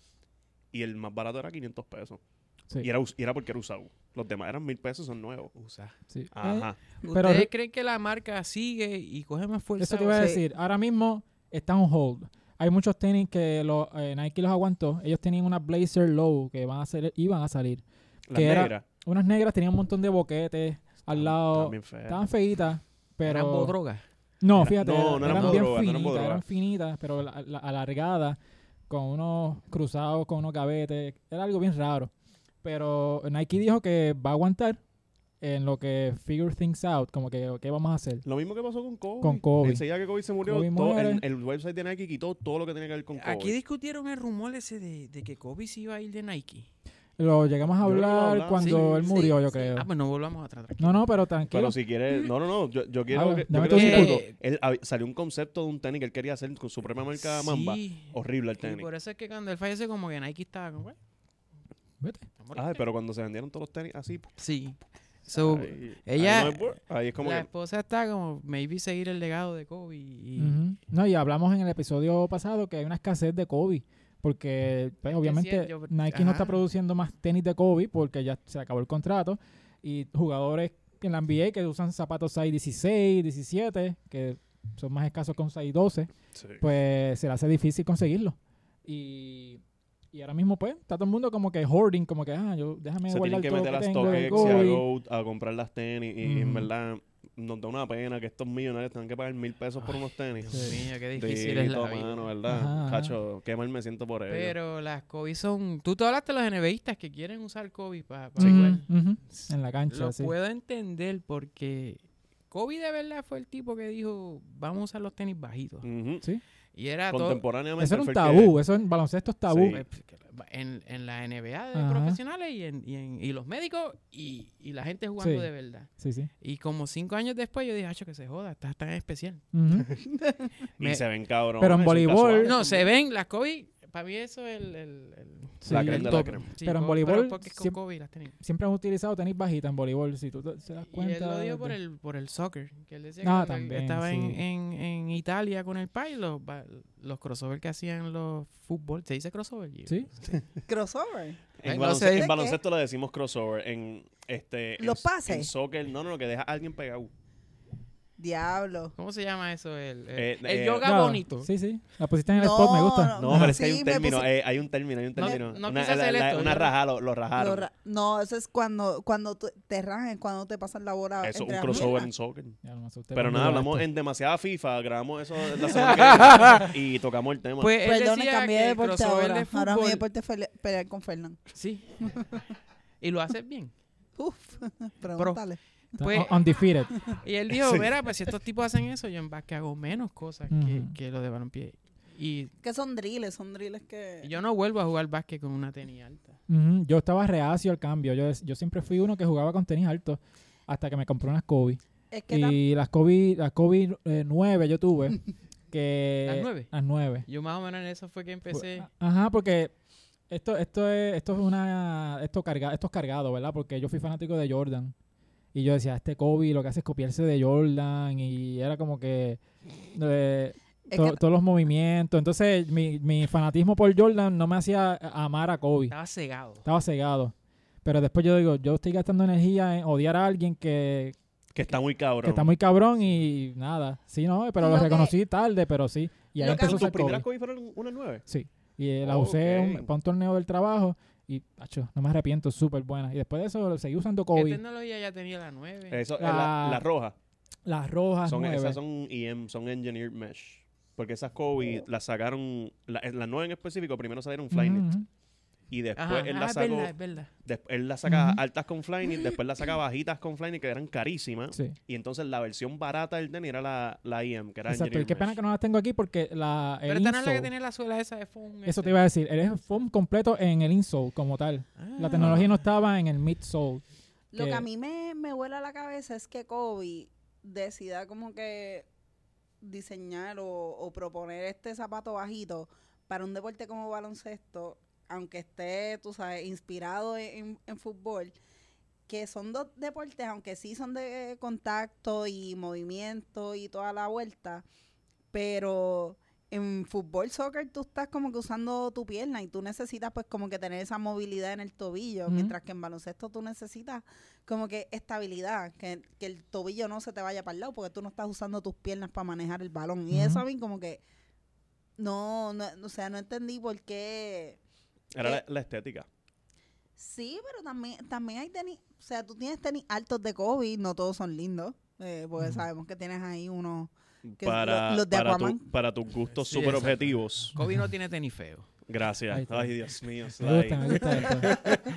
B: Y el más barato era 500 pesos.
A: Sí, ¿Eh?
B: Y, era, us- y era porque era usado. Los demás eran 1000 pesos, son nuevos.
D: Usa.
A: sí. Eh,
B: Ajá.
A: Pero-
D: ¿Ustedes creen que la marca sigue y coge más fuerza?
A: Eso te iba a
D: o-
A: decir. Ahora mismo está on hold. Hay muchos tenis que los, eh, Nike los aguantó. Ellos tenían una Blazer Low que van a ser, iban a salir.
B: Las
A: Que era-
B: negras.
A: Unas negras tenían un montón de boquetes al lado.
B: También feas.
A: Estaban feitas,
D: Eran
A: pero...
D: bodrogas.
A: No,
B: Era-
A: fíjate,
B: no,
A: era-
B: no eran
A: eran, bien
B: bodrogas, no eran
A: finitas,
B: bodrogas.
A: eran finitas, pero la- la- alargadas, con unos cruzados, con unos gavetes. Era algo bien raro. Pero Nike dijo que va a aguantar en lo que figure things out, como que qué vamos a hacer.
B: Lo mismo que pasó con Kobe.
A: Con Kobe.
B: Enseguida que Kobe se murió,
A: Kobe
B: todo-
A: muere.
B: el, el website de Nike quitó todo lo que tenía que ver con Kobe.
D: Aquí discutieron el rumor ese de, de que Kobe se iba a ir de Nike.
A: Lo llegamos a
B: Yo creo que lo
A: hablar
B: hablamos.
A: cuando
D: Sí,
A: él
C: sí,
A: murió, yo
C: sí.
A: creo.
D: Ah, pues no volvamos atrás. tranquilo. Eh,
A: No, no, pero tranquilo.
B: Pero si quieres, no, no, no, yo, yo quiero
A: Mm. Habla,
B: que... yo
A: dame
B: quiero
A: tu
B: decir
D: cinco.
B: algo. Él, hab- salió un concepto de un tenis que él quería hacer con su propia marca Mamba.
D: Sí.
B: Horrible el
D: Y
B: tenis.
D: por eso es que cuando él fallece, como que Nike estaba como, "Güey,
A: Vete.
D: ¿te moriste?".
B: Ay, pero cuando se vendieron todos los tenis así... pues,
D: Sí. So,
B: ahí-
D: ella-
B: Ahí, no es bu- ahí es como
D: la
B: que...
D: esposa está como, maybe seguir el legado de Kobe. Y,
A: Ujú. No, y hablamos en el episodio pasado que hay una escasez de Kobe. Porque pues, obviamente
D: sí, yo-
A: Nike no está
D: ajá.
A: produciendo más tenis de Kobe porque ya se acabó el contrato. Y jugadores en la NBA que usan zapatos size 16, 17, que son más escasos con size 12,
B: sí.
A: pues se le hace difícil conseguirlo. Y, y ahora mismo, pues, está todo el mundo como que hoarding, como que, ah, yo déjame
B: se
A: guardar
B: tienen que
A: todo
B: meter
A: lo
B: a
A: que tengo Mm. de
B: StockX y a
A: Kobe.
B: Goat a comprar las tenis. Y en
A: Ujú.
B: verdad nos da una pena que estos millonarios tengan que pagar mil pesos por unos tenis.
D: Dios mío, qué difícil es
B: Dito,
D: la vida.
B: mano, ¿verdad?
A: Ajá, ajá.
B: Cacho, qué mal me siento por ello.
D: Pero las Kobe son... Tú te hablaste de los NBAistas que quieren usar Kobe para...
A: Mm, ujú, En la cancha,
D: Lo
A: sí.
D: puedo entender porque Kobe de verdad fue el tipo que dijo, vamos a usar los tenis bajitos.
B: Ujú.
A: Sí.
D: Y era todo...
B: Contemporáneamente.
A: Eso era un
B: fue el
A: tabú, eso en baloncesto es tabú.
B: Sí.
D: eh, pf, que la- En, en la NBA de
A: Ajá.
D: profesionales y, en, y, en- y los médicos y, y la gente jugando
A: Sí.
D: de verdad.
A: Sí, sí.
D: Y como cinco años después yo dije, acho que se joda, estás tan especial.
A: Ujú.
B: que-
D: me-
B: Y se ven cabrones.
A: eh. Pero en
B: son
A: voleibol-
B: casuales.
D: No, se ven las Kobe, para mí eso es el... el, el-
A: Sí,
B: la
A: el
B: crema de la
A: top.
B: crema.
D: sí,
A: Pero en
D: Kobe-
A: voleibol
D: porque es con
A: siempre-
D: Kobe las tenis.
A: Siempre han utilizado tenis bajita en voleibol, si tú te, se das
D: Y
A: cuenta.
D: él lo dio por
A: de-
D: el, por el soccer. Que él decía
A: Ah,
D: que cuando él
A: también,
D: estaba en,
A: sí.
D: en, en Italia con el país, los, ba- los crossover que hacían los fútbol. ¿Se dice crossover? Gio?
A: Sí.
C: Crossover.
D: Ay,
B: En,
D: no
B: balonce-
D: sé.
B: en
D: ¿Qué?
B: baloncesto le decimos crossover. En este. en-
C: ¿Los pases?
B: En soccer, no, no, no, que deja a alguien pegado.
C: Diablo.
D: ¿Cómo se llama eso? El, el,
B: Eh,
D: el
B: eh,
D: yoga
A: Claro,
D: bonito.
A: Sí, sí. La pusiste en el
C: No,
A: spot, me gusta.
D: Ah,
B: No,
A: Ajá.
B: pero es que hay
C: Sí,
B: un
C: me
B: término,
C: puse-
B: eh, hay un término, hay un
D: No-
B: término.
D: no
B: una
D: quise
B: la-
D: hacer
B: la-
D: esto,
B: una
D: yo-
B: raja, lo, lo rajaron.
C: Lo ra- no, eso es cuando, cuando tú- te rajan, cuando te pasan la bola.
D: ah,
B: Eso, un
C: entre las
B: crossover en
C: piernas.
B: soccer.
A: Ya, me asusté
B: Pero
A: cuando
B: nada,
A: lo
B: hablamos
A: hablaste.
B: en demasiada FIFA, grabamos eso la semana que viene y tocamos el tema.
D: Pues él
C: Perdón,
D: decía
C: cambié
D: que
C: de
D: el
C: deporte
D: crossover
C: ahora.
D: de fútbol...
C: Ahora mi deporte fue le- pelear con Fernán.
D: Sí. y lo haces bien.
C: Uf, pregúntale.
A: Está
D: pues-
A: un- Undefeated.
D: Y él dijo, mira, pues si estos tipos hacen eso, yo en básquet hago menos cosas
A: Ujú.
D: que, que lo de balompié. Y
C: Que son drills, son drills que...
D: y yo no vuelvo a jugar básquet con una tenis alta.
A: Ujú, Yo estaba reacio al cambio. Yo, yo siempre fui uno que jugaba con tenis alto hasta que me compré unas Kobe.
C: es que tam-
A: Y las Kobe, las Kobe eh, 9 yo tuve. Que,
D: ¿Las nueve?
A: Las 9.
D: Yo más o menos en eso fue que empecé...
A: Pues, Ajá, porque esto, esto es, esto es una, esto carga, esto es cargado, ¿verdad? Porque yo fui fanático de Jordan. Y yo decía, este Kobe lo que hace es copiarse de Jordan. Y era como que eh,
C: Es
A: to-
C: que-
A: todos los movimientos. Entonces, mi, mi fanatismo por Jordan no me hacía amar a Kobe.
C: Ah.
D: Estaba cegado.
A: Estaba cegado. Pero después yo digo, yo estoy gastando energía en odiar a alguien que,
B: que está muy
A: que
B: cabrón.
A: está muy cabrón y nada. Sí, no, pero lo,
C: Lo que-
A: reconocí tarde, pero sí. Y ahí
C: Lo
A: empezó
C: que-
A: a
B: ¿Tus
A: usar Kobe.
B: primeras Kobe fueron una nueve?
A: Sí. Y eh, la usé
B: Ok.
A: un- para un torneo del trabajo y, acho, no me arrepiento, súper buena. Y después de eso seguí usando
D: ¿Qué
A: Kobe.
D: tecnología ya tenía la 9?
B: Eso, eh,
A: La-
B: la, Ah, la roja.
A: Las rojas,
B: Son,
A: nueve.
B: esas son EM, son Engineered Mesh. Porque esas Kobe las sacaron, la- eh, las nueve en específico, primero salieron
A: Ujú,
B: Flyknit.
A: ujú.
B: Y después
D: Ajá,
B: pues, él
D: ah,
B: las
D: es
B: sacó,
D: verdad, es verdad.
B: des- él las saca
A: Ujú.
B: altas con Flyknit, después las saca bajitas con Flyknit, que eran carísimas.
A: Sí.
B: Y entonces la versión barata del tenis era la, la EM, que era
A: Exacto. Y
B: Engineered
A: qué pena
B: Mesh.
A: que no las tengo aquí porque la, el
D: Pero esta no es la que
A: insole-
D: tenía la suela esa de este. foam.
A: Eso te iba a decir. El foam completo en el insole como tal. La
D: Ah.
A: tecnología no estaba en el midsole.
C: Lo
A: que-
C: que a mí me, me vuela la cabeza es que Kobe decida como que diseñar o, o proponer este zapato bajito para un deporte como baloncesto, aunque esté, tú sabes, inspirado en, en fútbol, que son dos deportes, aunque sí son de contacto y movimiento y toda la vuelta, pero en fútbol, soccer, tú estás como que usando tu pierna y tú necesitas pues como que tener esa movilidad en el tobillo,
A: Ujú.
C: mientras que en baloncesto tú necesitas como que estabilidad, que, que el tobillo no se te vaya para el lado porque tú no estás usando tus piernas para manejar el balón. Y eso
A: Ujú.
C: a mí como que no, no, o sea, no entendí por qué.
B: Era la,
C: Eh,
B: la estética.
C: Sí, pero también, también hay tenis, o sea, tú tienes tenis altos de Kobe, no todos son lindos, eh, porque
A: Ujú.
C: sabemos que tienes ahí unos... que
B: Para,
C: lo- los de
B: para, tu-
C: Aquaman.
B: para tus gustos
D: Sí,
B: super
D: exacto.
B: objetivos.
D: Kobe no tiene tenis feo.
A: Ahí
B: Gracias.
A: está.
B: Ay, Dios mío.
A: Me gusta,
B: Sly.
A: me gusta esto.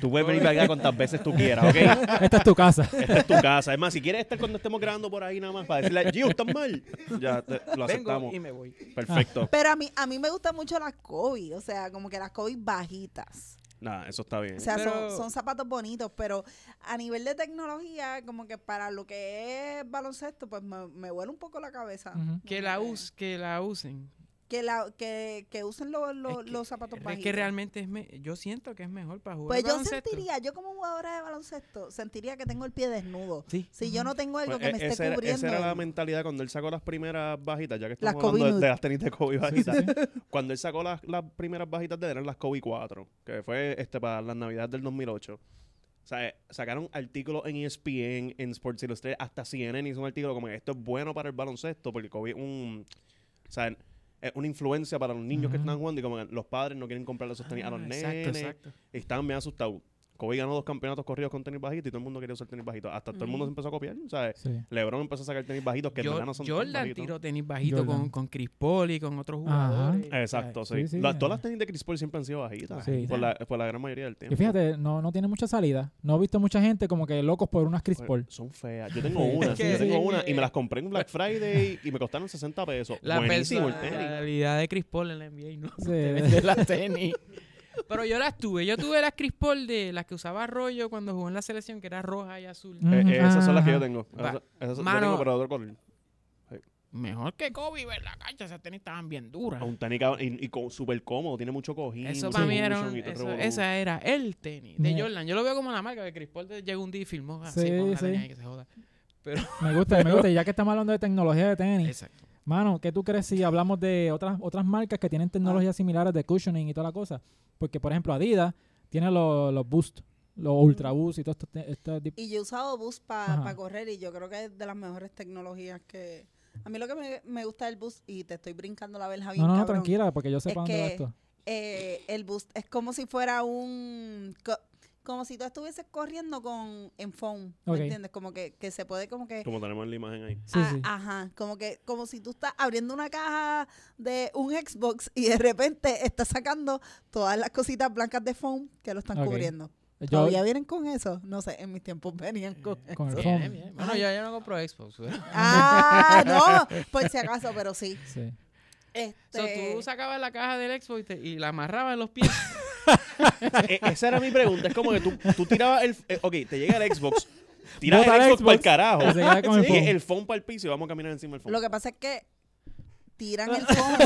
B: Tú puedes venir para acá cuantas veces tú quieras, ¿ok?
A: Esta es tu casa.
B: Esta es tu casa. Es más, si quieres estar cuando estemos grabando por ahí nada más para decirle, Gio, estás mal. Ya, te- lo
D: Vengo
B: aceptamos.
D: y me voy.
B: Perfecto.
C: Pero a mí, a mí me gustan mucho las Kobe, o sea, como que las Kobe bajitas.
B: Nah, eso está bien.
C: O sea,
D: Pero-
C: son, son zapatos bonitos, pero a nivel de tecnología, como que para lo que es baloncesto, pues me, me huele un poco la cabeza.
A: Ujú.
D: Que la, us- que la usen.
C: Que, la, que, que usen los, los,
D: Es que-
C: los zapatos
D: Es
C: bajitos.
D: que realmente es me- yo siento que es mejor para jugar
C: Pues yo
D: baloncesto.
C: sentiría, yo como jugadora de baloncesto, sentiría que tengo el pie desnudo.
D: Sí.
C: Si yo no tengo algo
B: Pues,
C: que me
B: e-
C: esté
B: esa era-
C: cubriendo.
B: Esa era la
C: el-
B: mentalidad cuando él sacó las primeras bajitas, ya que
C: Las
B: estamos
C: Kobe
B: hablando de- de,
C: Nude.
B: las tenis de
A: Sí,
B: Kobe
A: sí,
B: bajitas.
A: sí.
B: Cuando él sacó las, las primeras bajitas de él, eran las Kobe 4, que fue este para las navidades del 2008. O sea, eh, sacaron artículos en E ESPN, en Sports Illustrated, hasta CNN hizo un artículo como que esto es bueno para el baloncesto, porque Kobe es un... O sea, es una influencia para los niños que
A: Ujú.
B: están jugando y como que los padres no quieren comprarle esos tenis a los
D: Ah,
B: nenes.
D: Exacto, exacto.
B: Y estaban bien asustados. Kobe ganó dos campeonatos corridos con tenis bajitos y todo el mundo quería usar tenis bajitos. Hasta todo el mundo se empezó a copiar, ¿sabes?
A: Sí.
B: LeBron empezó a sacar tenis bajitos que en
D: Jor-
B: verdad no son tan
D: Jordan
B: bajitos.
D: tiró tenis bajito
A: Jordan.
D: con, con Chris Paul y con otros
A: Ajá.
D: jugadores.
B: Exacto, sí.
A: Sí, sí,
B: La-
A: eh.
B: todas las tenis de Chris Paul siempre han sido bajitas.
A: Sí.
B: Por, la, por la gran mayoría del tiempo.
A: Y fíjate, no, no tiene mucha salida. No he visto mucha gente como que locos por unas Chris
B: Oye,
A: Paul.
B: Pues, Son feas. Yo tengo una,
D: Es
B: sí,
D: que-
B: yo tengo
D: es
B: una y
D: que-
B: me las compré en Black Friday y me costaron 60 pesos.
D: La
B: Buenísimo el tenis.
D: personalidad de Chris Paul en la NBA, ¿no?
A: Sí.
D: Te vende las tenis. Pero yo las tuve. Yo tuve las Chris Paul de las que usaba Arroyo cuando jugó en la selección, que era roja y azul.
A: Mm.
B: Eh, eh, esas son las que yo
A: Ajá.
B: tengo.
D: Va.
B: Esas- esas yo
D: Mano.
B: tengo, pero de otro color.
D: Mejor que Kobe ver la cancha. Esas tenis estaban bien duras.
B: Ah, Un tenis cabrón, y, y co- súper cómodo, tiene mucho cojín.
D: Eso
B: mucho
D: para mí era,
B: cushion y
D: un-
B: todo el
D: eso-
B: revolú.
D: esa era el tenis de
A: Mira.
D: Jordan. Yo lo veo como la marca, que Chris Paul de- llegó un día y filmó así
A: Sí,
D: con la
A: sí.
D: tenis ahí que se joda.
A: Me gusta, me gusta. Y ya que estamos hablando de tecnología de tenis,
D: Exacto.
A: mano, ¿qué tú crees si hablamos de otras, otras marcas que tienen tecnologías similares de cushioning y toda la cosa? Porque, por ejemplo, Adidas tiene los, los Boost, los Ultra Boost y todo este, esto. esto-
C: Y yo he usado bus
A: Ajá.
C: para correr y yo creo que es de las mejores tecnologías que... A mí lo que me, me gusta del bus, y te estoy brincando la verja bien
A: no, no, no,
C: cabrón,
A: tranquila, porque yo sé
C: Es
A: para dónde va
C: que-
A: esto.
C: eh, el boost es como si fuera un co- como si tú estuvieses corriendo con en foam ¿me
A: Ok.
C: entiendes? como que, que se puede como que
B: Como tenemos en la imagen ahí.
A: Sí,
C: a-
A: sí.
C: ajá como que como si tú estás abriendo una caja de un Xbox y de repente estás sacando todas las cositas blancas de foam que lo están
A: Ok.
C: cubriendo
A: Yo,
C: todavía vienen con eso no sé en mis tiempos venían con eso
A: con el
D: Bien,
A: foam.
D: bien. Bueno, yo, yo no compro Xbox. ¿eh?
C: ah no por si acaso pero sí
A: Sí.
D: So,
C: este
D: tú sacabas la caja del Xbox y, te- y la amarrabas en los pies.
B: E- esa era mi pregunta. Es como que tú, tú tirabas el. eh, ok, te llega el Xbox. Tiras
A: Bota
B: el
A: el
B: Xbox, para el
A: Xbox.
B: carajo.
A: Y se queda con el
B: Sí,
A: phone.
B: el phone para el piso y vamos a caminar encima del phone.
C: Lo que pasa es que tiran el fondo.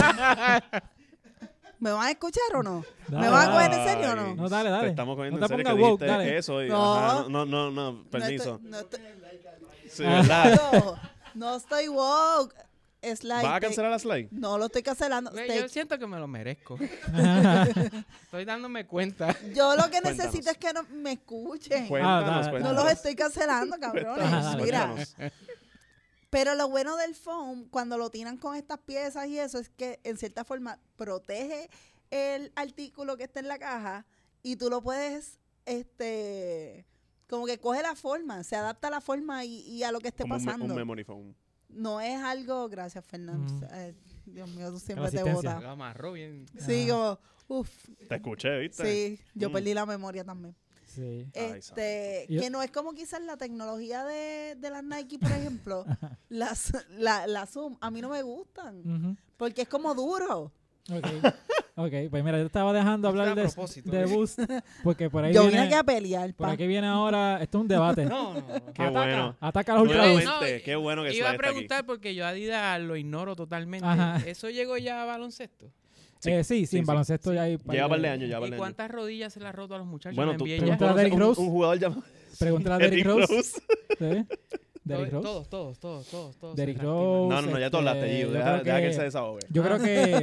C: ¿Me van a escuchar o no?
A: Dale,
C: ¿Me van a
A: dale.
C: coger en serio o no?
B: Ay,
A: No, dale, dale.
B: Te estamos cogiendo
A: No
B: en
A: te
B: serio
A: pongas
B: que
A: woke,
B: dijiste
A: dale.
B: eso. y-
C: No.
B: ajá, no, no, no, no, permiso.
C: No estoy, Ah.
B: Sí, ¿verdad?
C: no estoy- no estoy woke. Es like
B: ¿Vas a
C: que-
B: cancelar a Sly?
C: No lo estoy cancelando.
D: Güey,
C: Te-
D: yo siento que me lo merezco. Estoy dándome cuenta.
C: yo lo que
B: Cuéntanos.
C: necesito es que no me escuchen.
B: Cuéntanos,
A: Ah, dale.
C: No
B: cuéntanos.
C: los estoy cancelando, cabrones.
A: Cuéntanos,
C: Mira,
B: Cuéntanos.
C: pero lo bueno del foam, cuando lo tiran con estas piezas y eso, es que en cierta forma protege el artículo que está en la caja y tú lo puedes, este, como que coge la forma, se adapta a la forma y, y a lo que esté
B: Como un me-
C: pasando.
B: un memory phone.
C: no es algo, gracias Fernando.
A: Mm.
C: Ay, Dios mío, tú siempre te
A: asistencia.
C: botas.
D: Lo amarró bien.
C: Sí, como, uff,
B: Te escuché, ¿viste?
C: sí, yo
B: Mm.
C: perdí la memoria también.
A: Sí.
B: Ay,
C: Este,
A: Y-
C: que no es como quizás la tecnología de, de las Nike, por ejemplo, las la, la Zoom, a mí no me gustan,
A: Ujú.
C: porque es como duro.
A: Ok. Ok, pues mira, yo estaba dejando
D: Eso era
A: hablar
D: a
A: de,
D: propósito,
A: de
D: ¿eh?
A: Boost, porque por ahí
C: Yo vine
A: viene,
C: aquí a pelear,
A: por
C: pa.
A: aquí viene ahora, esto es un debate.
D: No, no, no.
B: Qué
A: ataca,
B: bueno.
A: Ataca a los Ultra
B: Nuevamente,
A: Boost.
D: no,
B: qué bueno que Sly
D: Iba a
B: está aquí.
D: preguntar porque yo a Adidas lo ignoro totalmente.
A: Ajá.
D: ¿Eso llegó ya a baloncesto?
B: Sí,
A: Eh, sí, sí,
B: sí,
A: en baloncesto ya hay...
B: Lleva par de años, lleva par
D: ¿Y
B: de años.
D: cuántas rodillas se le ha roto a los muchachos
B: Bueno,
D: en
B: tú,
D: la
B: tú
D: NBA?
A: Pregunta a
B: conoces
A: Derrick
B: un,
A: Rose.
B: un jugador llamado
A: Pregúntale a
B: Derrick
A: Derrick Rose.
B: Rose.
A: ¿sí? Derrick
D: Todo-
A: Rose.
D: Todos, todos, todos, todos, todos. se
A: Derrick
D: lastiman.
A: Rose.
B: No, no, no, ya tú hablaste,
A: este,
B: Gio.
A: yo
B: Deja
A: creo
B: deja que él
A: que-
B: se desahogue.
A: Yo creo que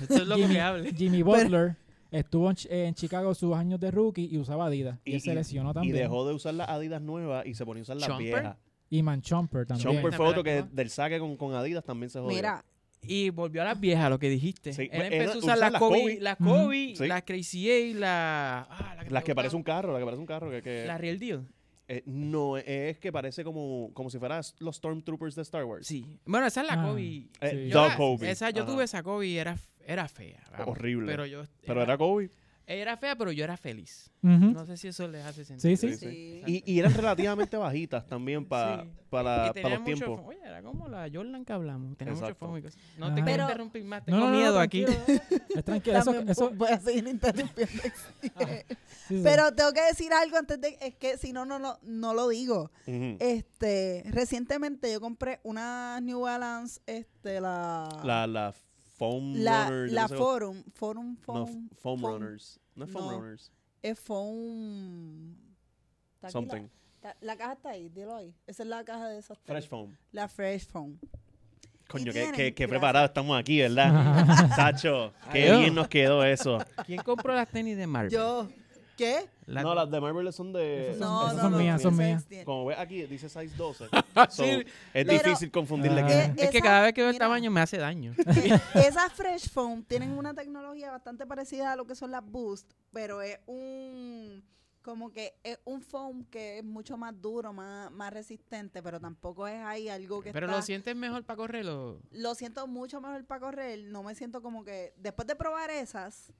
D: Esto es lo
A: Jimmy-
D: que hable.
A: Jimmy Butler estuvo en, Ch- en Chicago sus años de rookie y usaba Adidas. Y,
B: Y-
A: él se lesionó también.
B: Y dejó de usar las Adidas nuevas y se ponía a usar las
D: Chomper.
B: viejas.
A: Y Manchumper también.
B: Chomper fue
D: También.
B: otro que del saque con, con Adidas también se jodió.
C: Mira,
D: Y volvió a las viejas, lo que dijiste.
B: Sí,
D: Él
B: él
D: empezó a
B: usa
D: usar las
B: las
D: Kobe,
B: Kobe.
D: las
A: Ujú.
D: Kobe,
B: Sí.
D: las Crazy A, la, ah,
B: Las
D: la te
B: que
D: gustaba,
B: parece un carro, la que parece un carro. Que, que-
D: La Real Deal.
B: eh, no, eh, es que parece como, como si fueras los Stormtroopers de Star Wars.
D: Sí. Bueno, esa es la
A: Ah.
D: Kobe.
B: Eh,
A: Sí.
D: Yo
B: Doug
D: la-
B: Kobe.
D: Esa, yo
B: Ajá.
D: tuve esa Kobe y era, era fea.
B: Horrible.
D: Pero yo
B: Pero era Kobe.
D: era fea, pero yo era feliz.
A: Ujú.
D: No sé si eso les hace sentido.
A: Sí,
B: Sí,
A: sí.
B: sí.
C: sí.
B: Y, y eran relativamente bajitas también para
D: Sí.
B: para
D: Y tenía
B: los
D: mucho-
B: tiempos.
D: oye, era Era como la Jordan que hablamos. Tenemos mucho
B: Exacto.
D: fomo y cosas. No te
A: Ajá.
D: quiero
C: Pero-
D: interrumpir más. Tengo miedo aquí.
A: tranquilo. Es tranquilo. Eso,
C: También
A: eso,
C: vo- voy a seguir interrumpiendo.
A: sí, sí.
C: Pero tengo que decir algo antes de... Es que si no, no, lo- no lo digo.
B: Ujú.
C: Este, recientemente yo compré una New Balance, este, la...
B: La, la Foam
C: la,
B: Runners. yo
C: la
B: no sé cómo-
C: Forum. Forum,
B: No,
C: Foam...
B: f- Foam
C: foam.
B: Runners. No es Foam
C: No.
B: Runners.
C: Es Foam... Está aquí
B: Something.
C: La, la- la caja está ahí, dilo ahí. Esa es la caja de esas tres.
B: Fresh Foam.
C: La Fresh Foam.
B: Coño, qué,
C: tienen-
B: qué, qué
C: gracias.
B: preparados estamos aquí, ¿verdad? Sacho, qué
D: Adiós.
B: bien nos quedó eso.
D: ¿Quién compró las tenis de Marvel?
C: Yo... ¿Qué?
D: La-
B: No, las de Marvel son de...
A: Esas
C: No,
A: esas
C: no,
A: Eh, son
C: no,
A: mías,
C: no,
A: son
C: esa
A: mías.
C: es tienda.
B: Como ves aquí, dice size 12. So,
D: Sí.
B: es
C: Pero-
B: difícil confundirle
A: Ah.
B: aquí.
A: Eh,
D: Es que cada vez que veo el
C: mira.
D: tamaño me hace daño.
C: Eh, esas Fresh Foam tienen una tecnología bastante parecida a lo que son las Boost, pero es un como que es un foam que es mucho más duro, más, más resistente, pero tampoco es ahí algo que
D: Pero
C: está-
D: lo sientes mejor para correrlo.
C: lo siento mucho mejor para correr, no me siento como que después de probar esas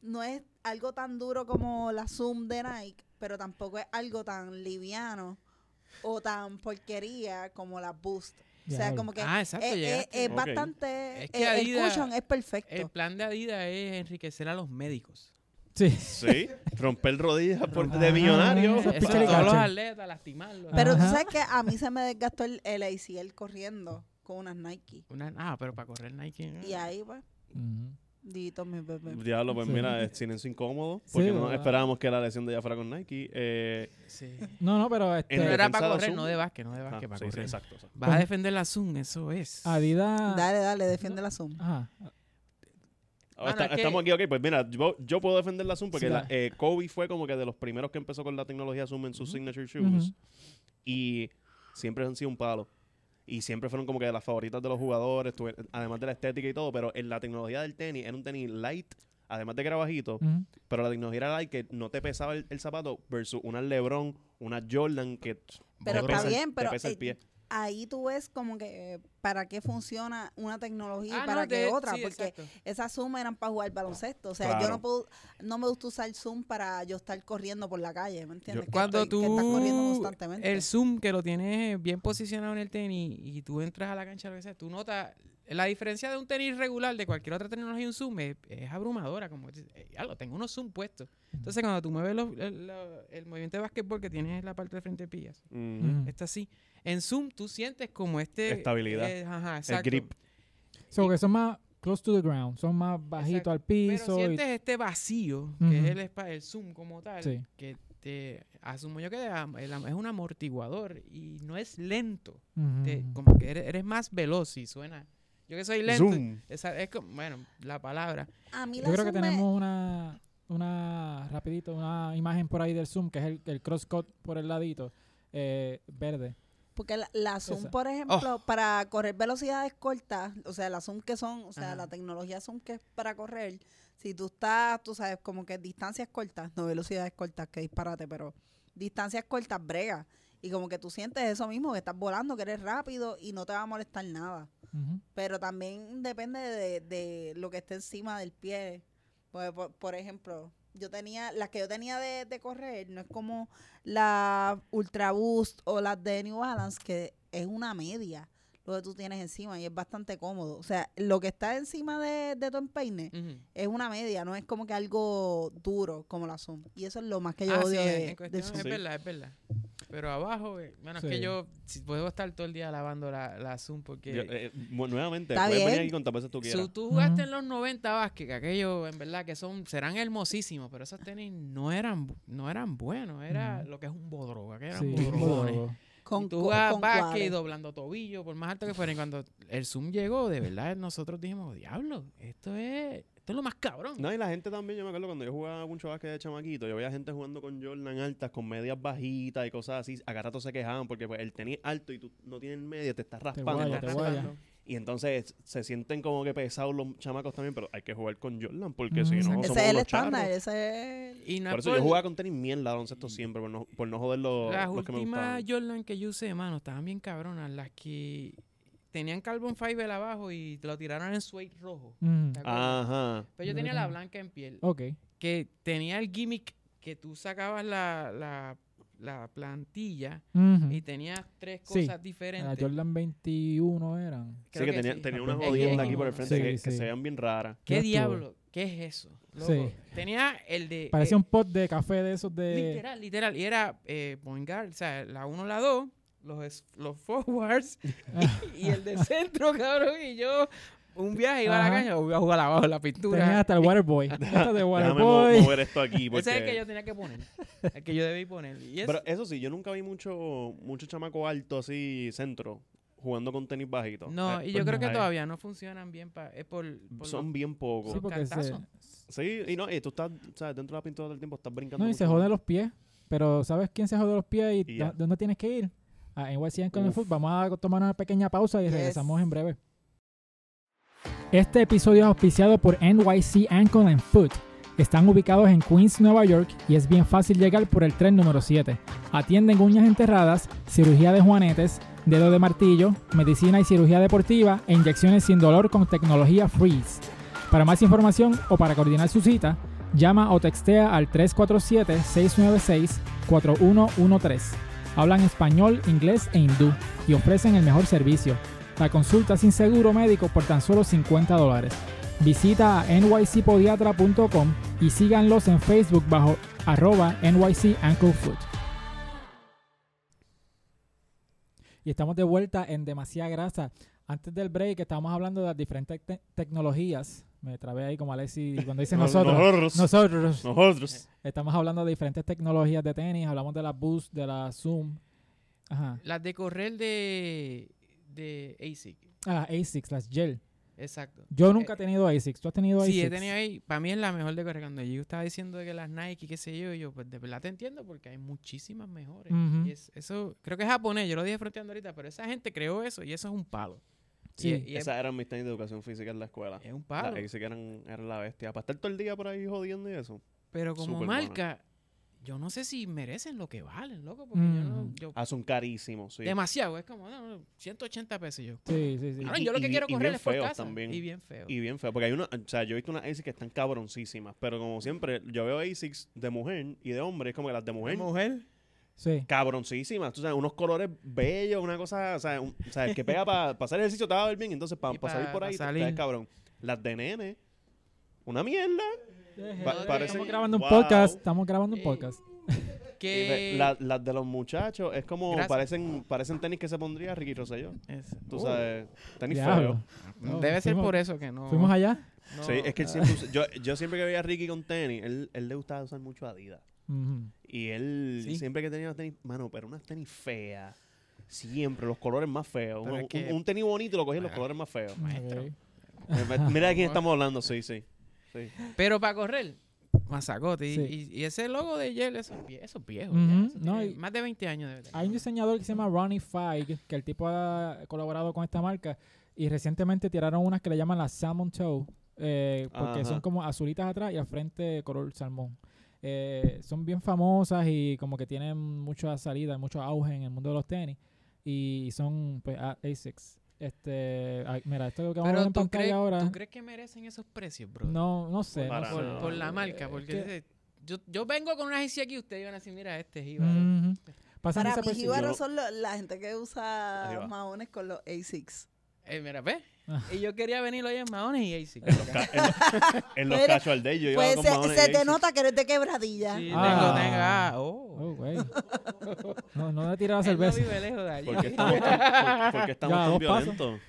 C: no es algo tan duro como la Zoom de Nike, pero tampoco es algo tan liviano o tan porquería como la Boost. O sea,
A: Diablo.
C: como que
D: Ah, exacto,
C: es, es-
D: llegaste.
C: es
B: Ok.
C: bastante... eh,
D: Es que
C: el- el
D: Adidas-
C: cushion es perfecto.
D: El plan de Adidas es enriquecer a los médicos.
A: Sí.
B: Sí, romper rodillas por, de
A: Ah,
B: millonario.
A: Eso es
D: Eso,
A: picharicache.
D: todos los atletas, lastimarlos.
C: Pero
A: Ajá.
C: tú sabes que a mí se me desgastó el, el ACL corriendo con unas Nike.
D: Una- ah, pero para correr Nike. ah.
C: Y ahí, pues,
A: Ujú.
C: dito mi bebé.
B: Diablo, pues
A: Sí.
B: mira, es silencio incómodo. Porque
A: Sí,
B: no
A: ¿verdad?
B: esperábamos que la lesión de ella fuera con Nike. Eh,
D: Sí.
A: No, no, pero este,
D: Pero era
B: defensa
D: para
B: de
D: correr,
B: Zoom.
D: no de básquet, no de
B: ah,
D: básquet, para
B: sí, sí,
D: correr.
B: exacto. exacto.
D: Vas a defender la Zoom, eso es. Ah,
A: Adidas.
C: Dale, dale, defiende la Zoom.
A: Ajá.
B: Ah,
D: Mano,
B: está-
D: es que-
B: Estamos aquí, ok. Pues mira, yo, yo puedo defender la Zoom porque
A: Sí,
B: la-
A: la-
B: eh, Kobe fue como que de los primeros que empezó con la tecnología Zoom en sus signature shoes.
A: Ujú.
B: Y siempre han sido un palo. Y siempre fueron como que de las favoritas de los jugadores, tuve- además de la estética y todo. Pero en la tecnología del tenis era un tenis light, además de que era bajito.
A: Ujú.
B: Pero la tecnología era light que no te pesaba el, el zapato versus una LeBron, una Jordan que t-
C: Pero
B: te
C: está
B: pesa el-
C: bien, pero
B: te pesa el
C: eh,
B: pie.
C: ahí tú ves como que eh, para qué funciona una tecnología y
D: Ah,
C: para
D: no,
C: qué
D: te-
C: otra.
D: sí,
C: porque
D: exacto.
C: esas Zoom eran para jugar baloncesto. O sea, yo
B: Claro.
C: no puedo, no me gusta usar Zoom para yo estar corriendo por la calle, ¿me entiendes? Que
D: Cuando
C: estoy- que estás corriendo
D: tú,
C: constantemente.
D: el zoom que lo tienes bien posicionado en el tenis y tú entras a la cancha, lo que sea, tú notas la diferencia de un tenis regular de cualquier otra tecnología y un zoom es, es abrumadora. Como dices, "Eh, ya lo tengo unos zoom puestos. Entonces, cuando tú mueves los- el, lo- el movimiento de básquetbol que tienes en la parte de frente de pillas,
B: Mm.
A: Ujú.
D: está así. En zoom tú sientes como este.
B: Estabilidad.
D: eh, ajá, exacto.
B: grip.
A: So, que son más close to the ground, son más bajito
D: Exacto.
A: al
D: Pero
A: piso. y-
D: sientes este vacío, que
A: Ujú.
D: es el, espa- el zoom como tal,
A: Sí.
D: que te asumo yo que am- el am- es un amortiguador y no es lento.
A: Ujú.
D: Te- este,
B: Mm.
D: como que eres, eres más veloz y suena. Yo que soy lento.
B: Zoom.
D: esa- es como- bueno, la palabra.
C: a mí la
A: Yo creo que
C: Zoom me-
A: tenemos una, una, rapidito, una imagen por ahí del Zoom, que es el, el crosscut por el ladito, eh, verde.
C: Porque la, la Zoom,
A: Esa.
C: por ejemplo, para correr velocidades cortas, o sea, la Zoom que son, o sea,
D: Ajá.
C: la tecnología Zoom que es para correr, si tú estás, tú sabes, como que distancias cortas, no velocidades cortas, que disparate, pero distancias cortas brega. Y como que tú sientes eso mismo, que estás volando, que eres rápido y no te va a molestar nada.
A: Ujú.
C: Pero también depende de, de lo que esté encima del pie. Porque, por, por ejemplo, yo tenía, las que yo tenía de, de correr, no es como la Ultra Boost o las de New Balance, que es una media lo que tú tienes encima y es bastante cómodo. O sea, lo que está encima de, de tu empeine
D: Ujú.
C: es una media, no es como que algo duro como la Zoom. Y eso es lo más que yo
D: Ah, sí,
C: odio
D: en-
C: de,
D: en
C: del
D: cuestión-
C: Zoom.
D: es
B: Sí.
D: verdad, es verdad. Pero abajo, eh, bueno, es
A: Sí.
D: que yo si puedo estar todo el día lavando la, la Zoom porque.
B: Yo, eh, mu- nuevamente,
C: Está
B: puedes venir
C: bien.
B: aquí cuantas veces tú
D: Si
B: quieras.
D: tú jugaste
A: Ujú.
D: en los 90 básquet, que aquellos en verdad que son serán hermosísimos, pero esos tenis no eran bu- no eran buenos, era
A: Ujú.
D: lo que es un bodroga, que eran
A: Sí,
D: bodrogones.
A: bodrogo.
C: Con,
D: Y tú
C: con-
D: jugabas
C: con
D: básquet
C: cuadros.
D: doblando tobillo, por más alto que fuera. Y cuando el Zoom llegó, de verdad, nosotros dijimos, diablo, esto es, esto es lo más cabrón.
B: No, y la gente también, yo me acuerdo cuando yo jugaba mucho básquet de chamaquito, yo veía gente jugando con Jordan altas, con medias bajitas y cosas así. A cada rato se quejaban porque pues, el tenis alto y tú no tienes media, te estás
A: Te
B: raspando.
A: guaya,
B: te
A: te
B: estás
A: guaya.
B: raspando. Y entonces se sienten como que pesados los chamacos también, pero hay que jugar con Jordan porque
A: Mm.
B: si no,
A: Exacto.
B: somos
C: Ese es el
B: unos
C: estándar,
B: charros.
C: ese es... el-
D: Y no
B: Por
D: es
B: eso yo
D: por-
B: jugaba con tenis mierda, baloncesto siempre, por no, por no joder los,
D: Las
B: los que me
D: últimas
B: gustaban.
D: Jordan que yo usé, mano, estaban bien cabronas. Las que tenían carbon fiber abajo y te lo tiraron en suede rojo.
A: Ujú.
D: ¿te acuerdas?
B: Ajá.
D: Pero yo tenía la blanca en piel,
A: Mm. Ok.
D: que tenía el gimmick que tú sacabas la, la, la plantilla
A: Ujú.
D: y tenías tres
A: Sí,
D: cosas
A: La
D: diferentes.
A: Jordan 21 eran.
B: sí, que,
D: Creo que
B: tenía,
D: sí.
B: tenía una
A: Ajá.
B: jodienda
D: Ey,
B: aquí por el
D: ey,
B: frente
A: sí,
B: que, que
A: sí.
B: se vean bien raras.
A: Yo
D: ¿Qué
A: estuve.
D: diablo? ¿Qué es eso? loco?
A: Sí.
D: Tenía el de...
A: Parecía
D: eh,
A: un pot de café de esos de.
D: Literal, literal. Y era eh, point guard, o sea, la 1, la 2, los, es- los forwards y, y el de centro, cabrón. Y yo, un viaje iba a
A: Ajá.
D: la caña, voy a jugar abajo en la pintura.
A: Tenías hasta el Waterboy. Hasta de
B: Déjame mo-
A: Waterboy.
B: mover esto aquí porque...
D: Ese es el que yo tenía que poner. El que yo debí poner. Y es,
B: Pero eso sí, yo nunca vi mucho, mucho chamaco alto así, centro, jugando con tenis bajito.
D: no,
B: Eh,
D: y yo creo que
B: ahí.
D: todavía no funcionan bien. pa- es por, por
B: Son
D: los-
B: bien
A: Sí,
B: pocos.
A: porque se,
D: cantazo.
B: Sí, y no, y tú estás, ¿sabes? Dentro de la pintura del tiempo estás brincando.
A: no, y se
B: mucho.
A: joden los pies. Pero ¿sabes quién se jode los pies y
B: Y ya.
A: dó- dónde tienes que ir? Ah, A NYCN con el
B: Uf.
A: Food. Vamos a tomar una pequeña pausa y
C: Yes.
A: regresamos en breve. Este episodio es auspiciado por NYC Ankle and Foot. Están ubicados en Queens, Nueva York y es bien fácil llegar por el tren número 7. Atienden uñas enterradas, cirugía de juanetes, dedo de martillo, medicina y cirugía deportiva e inyecciones sin dolor con tecnología Freeze. Para más información o para coordinar su cita, llama o textea al 347-696-4113. Hablan español, inglés e hindú y ofrecen el mejor servicio. La consulta sin seguro médico por tan solo 50 dólares. Visita a nycpodiatra.com y síganlos en Facebook bajo arroba NYC Ankle Foot. Y estamos de vuelta en Demasiada Grasa. Antes del break estábamos hablando de las diferentes te- tecnologías. Me trabé ahí como Alexi cuando dice
B: No-
A: nosotros.
B: Nosotros.
A: Nosotros.
D: Eh,
B: Nosotros.
A: Estamos hablando de diferentes tecnologías de tenis, hablamos de la Boost, de la Zoom. Ajá.
D: Las de correr de, de ASIC.
A: Ah, las ASICs, las gel.
D: Exacto.
A: Yo nunca he tenido ASICs. ¿Tú has tenido ASICs?
D: Eh, Sí, he tenido ahí. Para mí es la mejor de correr. Cuando yo estaba diciendo que las Nike, qué sé yo, yo pues de verdad te entiendo porque hay muchísimas mejores.
A: Ujú.
D: Y es- eso, creo que es japonés, yo lo dije fronteando ahorita, pero esa gente creó eso y eso es un palo. Y-
A: Sí.
D: y es,
B: Esas eran mis tenis de educación física en la escuela.
D: es un palo.
B: Ahí sí que eran, eran la bestia. Para estar todo el día por ahí jodiendo y eso.
D: Pero como
B: Súper bueno.
D: marca, yo no sé si merecen lo que valen, loco, porque yo no.
A: Mm.
D: yo-
B: Ah, son carísimos, sí.
D: Demasiado, es como no, no, 180 pesos y yo.
A: Sí, sí, sí.
D: Cabrón,
B: y-
D: yo lo
B: y
D: que
B: bi-
D: quiero
B: y
D: correr
B: bien
D: es por
B: feos
D: casa.
B: también.
D: Y bien feo.
B: Y bien feo, porque hay una, o sea, yo he visto unas ASICs que están cabroncísimas, pero como siempre, yo veo ASICs de mujer y de hombre, es como que las de mujer,
D: mujer?
A: Sí.
B: cabroncísimas, tú sabes, unos colores bellos, una cosa, o sea, un- o sea, el que pega para hacer ejercicio te va a ver bien, entonces para
D: Y pa-
B: salir por
D: pa
B: ahí, te- te
D: salir.
B: ves cabrón. Las de nene, una mierda. Pa-
D: Joder,
B: parece
A: Estamos
B: que-
A: grabando un
B: wow.
A: podcast. Estamos grabando un
D: Eh,
A: podcast.
B: Y
D: Que.
B: ve- la- las de los muchachos, es como,
D: Gracias.
B: parecen parecen tenis que se pondría Ricky Rosselló,
D: es-
B: tú
D: Uh,
B: sabes, tenis feos.
A: Diablo. No,
D: Debe ser
A: fuimos-
D: por eso que no.
A: Fuimos allá.
D: no-
B: Sí, es que él siempre usa- yo, yo siempre que veía a Ricky con tenis, él, él le gustaba usar mucho Adidas.
A: Ujú.
B: Y él
D: Sí.
B: siempre que tenía unas tenis, mano, pero unas tenis feas. Siempre, los colores más feos.
D: Pero
B: Un,
D: es que-
B: un- un tenis bonito lo cogía en los
D: Ah.
B: colores más feos.
D: Maestro.
A: Ok.
B: Eh, Mira de quién estamos hablando, sí, sí. sí.
D: Pero para correr, mazacote. Y-
A: Sí.
D: Y, y ese logo de Yel, eso, es vie- eso es viejo.
A: Ujú,
D: ya, eso
A: no,
D: tiene
A: y-
D: más de 20 años de verdad.
A: Hay un diseñador que se llama Ronnie Feig, que el tipo ha colaborado con esta marca. Y recientemente tiraron unas que le llaman las Salmon Toe, eh, porque
B: Ajá.
A: son como azulitas atrás y al frente color salmón. Eh, son bien famosas y como que tienen mucha salida, mucho auge en el mundo de los tenis. Y son, pues, a- ASICs. Este, ay, mira, esto que vamos a ver
D: Pero
A: en
D: ¿tú
A: pantalla
D: crees,
A: ahora.
D: ¿tú crees que merecen esos precios, bro?
A: no, no sé. no
B: Para
A: sé.
D: Por,
B: nada.
D: por la marca,
A: Eh,
D: porque
A: que-
D: dice, yo, yo vengo con una agencia aquí, ustedes iban a decir, mira, este es Ibarra.
A: Ujú. Pasan
C: Para mí,
A: desapercibidos.
C: jíbaros
B: Yo-
C: son lo- la gente que
B: Ahí va.
C: usa maones con los ASICs.
D: Eh, mira, ve.
A: Ah.
D: Y yo quería venir hoy en Mahones y ASIC.
B: Ca- en los- en los
C: Mira,
B: casual de ellos. yo iba
C: Pues
B: con
C: se,
B: maones
C: se
B: y
C: te
B: Asics.
C: nota que eres de quebradilla.
D: Sí,
A: Ah.
D: tengo, tengo. Ah, oh.
A: Oh, güey. No, no le tira la
D: Él no
A: cerveza.
D: vive lejos de allí.
B: ¿Por qué estamos tan, por- por qué estamos
A: Ya,
B: tan
A: dos pasos.
B: violentos?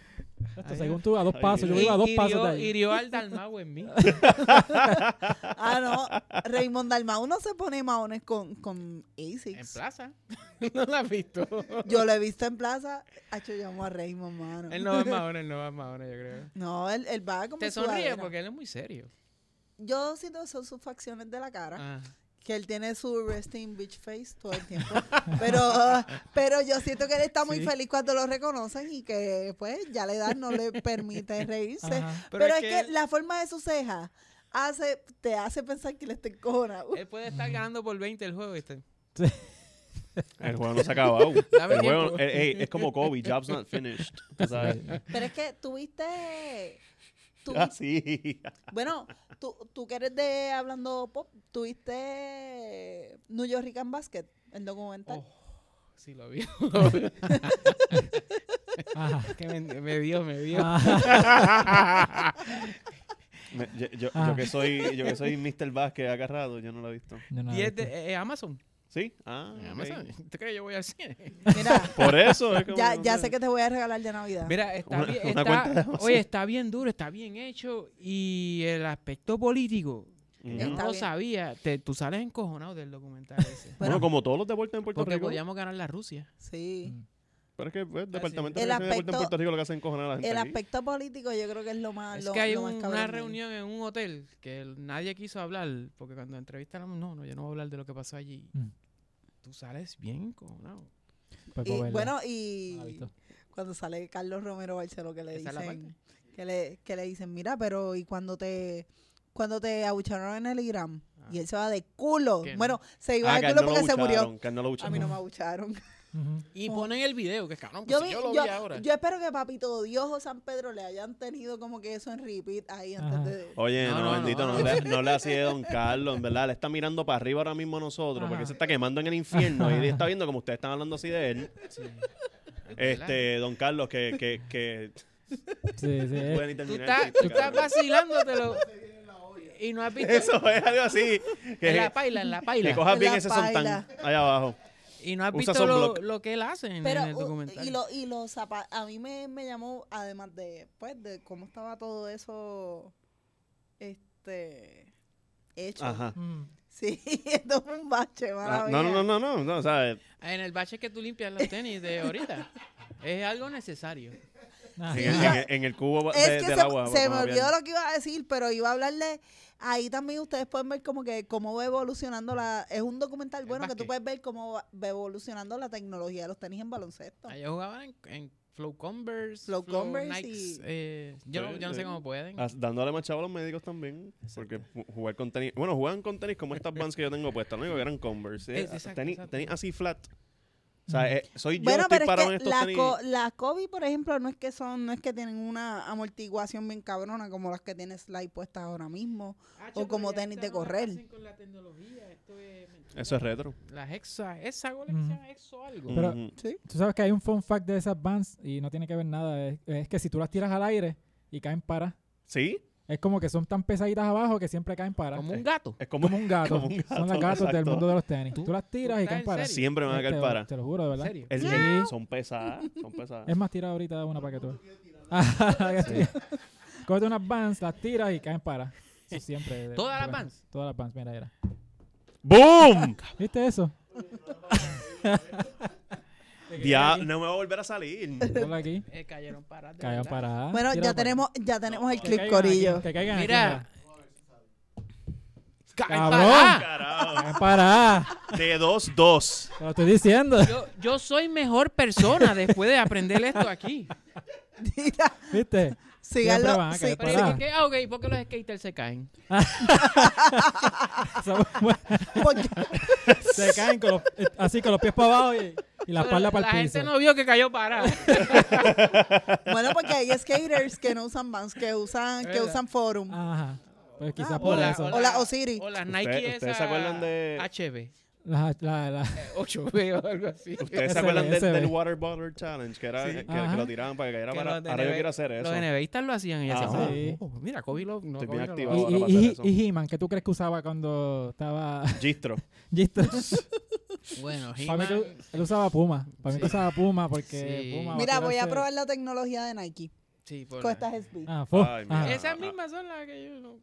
A: Esto,
D: Ahí
A: según tú, a dos
B: Ahí
A: pasos. Yo
B: viene.
A: iba a dos
D: Hirió-
A: pasos de ahí.
D: Hirió al Dalmau en mí.
C: Ah, no. Raymond Dalmau no se pone maones con, con
D: En
C: ASICs.
D: plaza. no la has visto.
C: Yo lo he visto en plaza. Hacho, yo amo a Raymond, mano.
D: él no va en Mahones, él no va en Mahones, yo creo.
C: No, él, él va como
D: Te
C: en
D: sonríe
C: sudadera.
D: porque él es muy serio.
C: Yo siento que son sus facciones de la cara.
D: Ah.
C: Que él tiene su resting bitch face todo el tiempo. Pero, pero yo siento que él está muy
D: Sí.
C: feliz cuando lo reconocen y que pues ya la edad no le permite reírse.
A: Ajá.
C: Pero, es, que,
D: él-
C: la forma de sus cejas hace, te hace pensar que le está encojonado.
D: Él puede estar ganando por 20 el juego, ¿viste?
B: El juego no se ha acabado.
D: Dame
B: El juego,
D: tiempo.
B: eh, eh, es como Kobe, job's not finished. tú sabes.
C: Pero es que tuviste tú-
B: Así.
C: Bueno, tú, tú que eres de Hablando Pop, tuviste New York Rican Basket, el documental.
D: Sí, lo vi. lo vi.
A: Ajá.
D: que me, me dio, me dio.
A: Ajá.
B: Ah, Me- yo, yo- yo
A: Ah.
B: que soy, yo que soy Mr. Vázquez agarrado, yo no lo he visto.
A: No, no,
D: Y es
A: este-
D: de eh, Amazon.
B: ¿Sí? Ah, ok.
D: Amazon. ¿Tú crees que yo voy al cine?
C: Mira,
B: Por eso. es como-
C: ya, ya sé que te voy a regalar de Navidad.
D: Mira, está
B: Una-
D: bien,
B: una
D: está-
B: cuenta de Amazon.
D: oye, está bien duro, está bien hecho y el aspecto político,
B: Ujú.
D: yo no
C: Está
D: lo
C: bien.
D: sabía, te- tú sales encojonado del documental ese.
B: Bueno,
C: Bueno.
B: como todos los deportes en Puerto
D: porque
B: Rico.
D: podíamos ganar la Rusia.
C: Sí.
A: Mm.
B: Pero es que pues, el departamento
C: El
B: de deporte en
C: aspecto-
B: Puerto Rico lo que hacen cojonar a la gente.
C: El
B: aquí.
C: aspecto político yo creo que es lo más...
D: es
C: Ah, lo-
D: que hay
C: lo
D: un-
C: más cabrón
D: una
C: ahí.
D: reunión en un hotel que el- nadie quiso hablar, porque cuando entrevistan a la- no, no, yo no voy a hablar de lo que pasó allí.
A: Mm.
D: Tú sales bien encojonado.
A: Pues,
C: Y,
A: pues,
C: bueno,
A: no la he
C: y
A: visto.
C: cuando sale Carlos Romero Barceló que le
D: Esa es la
C: dicen...
D: parte.
C: Que le, que le dicen, mira, pero ¿y cuando te... Cuando te abucharon en el Igram?
D: Ah.
C: Y él se va de culo.
D: Que no.
C: Bueno, se iba
B: Ah,
C: de
B: que a él
C: culo
B: no lo
C: porque se murió.
B: bucharon, que a él no lo
C: A mí no
B: bucharon.
C: me abucharon.
A: Ujú.
D: Y
C: Oh.
D: ponen el video, que cabrón, pues
C: Yo,
D: si
C: vi-
D: yo lo
C: yo-
D: vi ahora.
C: yo espero que Papito Dios o San Pedro le hayan tenido como que eso en repeat ahí antes
A: Ajá.
C: de...
B: Oye,
D: No,
B: no,
D: no, no,
B: bendito, no,
D: no.
B: le, no le así de Don Carlos, en verdad. Le está mirando para arriba ahora mismo a nosotros, porque
A: Ajá.
B: se está quemando en el infierno. Y él está viendo como ustedes están hablando así de él.
D: Sí.
B: Este, Don Carlos, que, que, que
A: Sí, sí.
B: pueden ni
D: Tú
B: terminar. el
D: estás,
B: chiste,
D: tú estás
B: cabrón.
D: vacilándotelo y no has visto
B: Eso es algo así.
D: en
B: Que,
D: la paila, en la
B: que
D: paila.
B: cojas
C: En
B: bien
C: la
B: ese sontán
C: paila.
B: allá abajo.
D: Y no has
B: Usa
D: visto lo,
B: sunblock.
D: lo que él hace en,
C: Pero,
D: en el
C: uh,
D: documental.
C: y, lo, y los zapatos, a mí me, me llamó, además de, pues, de cómo estaba todo eso, este, hecho.
B: Ajá.
A: Mm.
C: Sí, esto fue un bache,
B: Ah,
C: mala
B: No,
C: mía.
B: no, no, no, no, no, o sea,
D: En el bache que tú limpias los tenis de ahorita. es algo necesario.
A: Ah,
B: en, el, en el- en el cubo de-
C: Es que
B: del
C: se,
B: agua.
C: se me
B: vamos a ver.
C: olvidó lo que iba a decir, pero iba a hablarle, ahí también ustedes pueden ver como que cómo va evolucionando la, es un documental
D: El
C: bueno que tú
D: básquet.
C: puedes ver cómo va va evolucionando la tecnología de los tenis en baloncesto.
D: Ellos jugaban en, en Flow Converse.
C: Flow Converse
D: Nikes,
C: y-
D: eh, yo, no-
B: Sí,
D: yo no
B: sí.
D: sé cómo pueden.
B: As- Ah, Dándole más chavo a los médicos también. Porque ju- jugar con tenis. Bueno, jugaban con tenis como estas bands que yo tengo puestas. Lo único que eran Converse. ¿eh?
D: Es- exacto,
B: tenis,
D: exacto.
B: tenis así flat. O sea, eh, soy yo
C: Bueno,
B: estoy
C: pero
B: parado en
C: es que
B: estos
C: las
B: tenis.
C: co- las Kobe, por ejemplo, no es que son, no es que tienen una amortiguación bien cabrona como las que tiene Sly puestas ahora mismo. o pero como ya tenis de ahorita no la correr. hacen
B: Eso es Mm. retro.
D: Las hexa, esa gola
A: Ujú.
D: que se llama exo algo.
A: Pero-
B: Ujú.
A: Tú sabes que hay un fun fact de esas bands y no tiene que ver nada. Es, es que si tú las tiras al aire y caen para,
B: Sí,
A: es como que son tan pesaditas abajo que siempre caen para.
D: Como
B: Eh,
D: un gato.
B: es como.
A: Como un gato.
B: como un
A: Son los
B: gato,
A: gatos del
B: exacto.
A: mundo de los tenis. Tú,
D: ¿Tú?
A: las tiras y
D: ¿Tú
A: caen
D: estás
A: para.
D: en serio?
B: Siempre me van a
A: Te
B: caer
A: lo-
B: para.
A: Te lo juro, de
D: ¿En
A: verdad.
D: serio?
B: Es-
A: Sí.
B: es- Son pesadas. Son pesadas.
A: Es más, tira ahorita una para que tú. Ajá, que tú- Cógete unas bands, las tiras y caen para. Eso siempre. de-
D: ¿Todas las
A: de-
D: Vans?
A: Todas las bands, mira, mira.
B: ¡Boom!
A: ¿Viste eso?
B: Ya, no me va a volver a salir.
A: Ponla aquí.
D: Eh, cayeron paradas. de
A: Caigan
D: verdad.
A: paradas.
C: Bueno,
A: tírala
C: ya
A: Ah, para-
C: tenemos, ya tenemos el
A: que
C: clip
A: caigan
C: corillo.
A: aquí, Que caigan aquí,
D: Mira. Caen
A: Cabrón.
D: paradas.
B: Carajo.
A: Caen para.
B: De 2-2.
A: Te lo estoy diciendo.
D: Yo, yo soy mejor persona después de aprender esto aquí.
C: Mira,
A: ¿Viste? Siempre van
C: síganlo.
A: a
C: sí-
A: caer
D: Pero
A: Pará.
D: ¿por qué? Ah, ok, ¿por qué los skaters se caen?
A: Esa fue-
C: porque-
A: Se caen con los- eh, así con los pies para abajo y, y la espalda para el piso.
D: gente no vio que cayó parada.
C: bueno, porque hay skaters que no usan Vans, que usan, que
D: ¿Verdad?
C: usan Forum.
A: Ajá. Pues quizás
C: Ah,
A: Ah, por
D: hola,
A: eso.
D: hola.
C: O la Osiris.
D: O las
B: Usted-
D: Nike
B: ¿ustedes
D: esas
B: se acuerdan de-
D: HB.
A: La- la- la-
D: eh, 8B o algo así.
B: ¿Ustedes
A: SB,
B: se acuerdan del,
A: SB?
B: del Water Bottle Challenge? Que, era,
D: Sí.
B: que, que
A: Ajá.
B: lo tiraban para que cayera
D: Que
B: para.
D: los de
B: Ahora yo
D: NBA
B: quiero hacer eso.
D: Los NBAistas lo hacían y
B: Ajá.
D: hacían.
A: Sí.
D: "Oh, mira, Kobe lo. No,
B: Estoy
D: Kobe
B: bien
D: no lo
B: activado.
D: hace".
A: Y,
B: ahora va a
A: y,
B: hacer
A: y,
B: eso.
A: y He-Man, ¿qué tú crees que usaba cuando estaba
B: Gistro.
A: Gistro?
D: Bueno,
A: Para mí
D: He-Man,
A: que él usaba Puma. Para mí que
D: Sí.
A: usaba Puma porque
D: Sí.
A: Puma va
C: Mira, voy a
A: tirarse-
C: probar la tecnología de Nike
D: sí, por
C: con
D: la-
C: estas SB.
A: Ah, fu-
B: Ay, mira.
A: ajá.
D: Esas mismas son las que yo. no-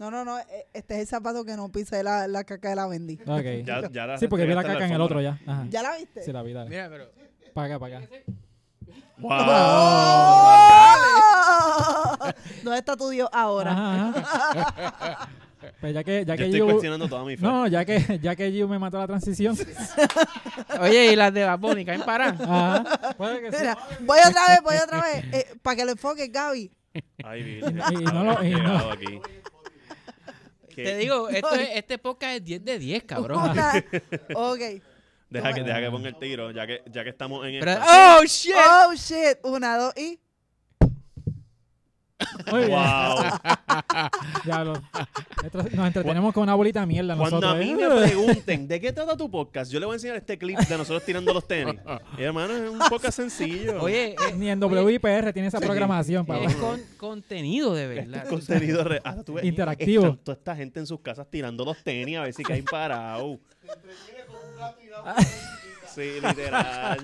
C: No, no, no, eh, este es el zapato que no pisé la, la caca de la vendí.
A: Ok.
B: Ya- ya la-
A: sí, porque vi la
B: está
A: caca en el
B: alfombra.
A: otro ya. Ajá.
C: ¿Ya la viste?
A: Sí, la vi, dale.
D: Mira, pero.
A: Para acá, para acá.
B: ¡Wow!
A: Ah,
C: ¡Oh! ¿Dónde está tu Dios ahora?
A: Ajá, ajá. Pues ya que, ya
B: Yo
A: que
B: estoy
A: Yu-
B: cuestionando toda mi fe.
A: No, ya que, ya que Yu me mató la transición.
D: Oye, y las de Baboni caen paradas.
A: Ajá. Puede que sí.
C: Mira, voy otra vez, voy otra vez. eh, para que lo enfoques, Gaby.
B: Ay, Virgen.
A: Y- y no lo- y no-
B: Llegado aquí. ¿Qué?
D: Te digo, esto es- este podcast es 10 de 10, cabrón.
C: Una. Ok.
B: Deja que, deja que ponga el tiro, ya que, ya que estamos en
D: Pero-
B: esta.
D: ¡ah! ¡Oh, shit!
C: Oh, shit. Una, dos y...
A: Muy bien.
B: Wow.
A: Ya lo- esto- nos entretenemos con una bolita de mierda
B: Cuando
A: nosotros.
B: a mí
A: ¿eh?
B: me pregunten de qué trata tu podcast, yo le voy a enseñar este clip de nosotros tirando los tenis. Y, hermano, es un podcast sencillo.
D: Oye, eh,
A: Ni en
D: oye,
A: WIPR tiene esa
B: Sí.
A: programación, papá.
D: es con- contenido de verdad.
B: contenido real. Ahora tú ves,
A: Interactivo.
B: están toda esta gente en sus casas tirando los tenis a ver si caen parados. Sí, literal.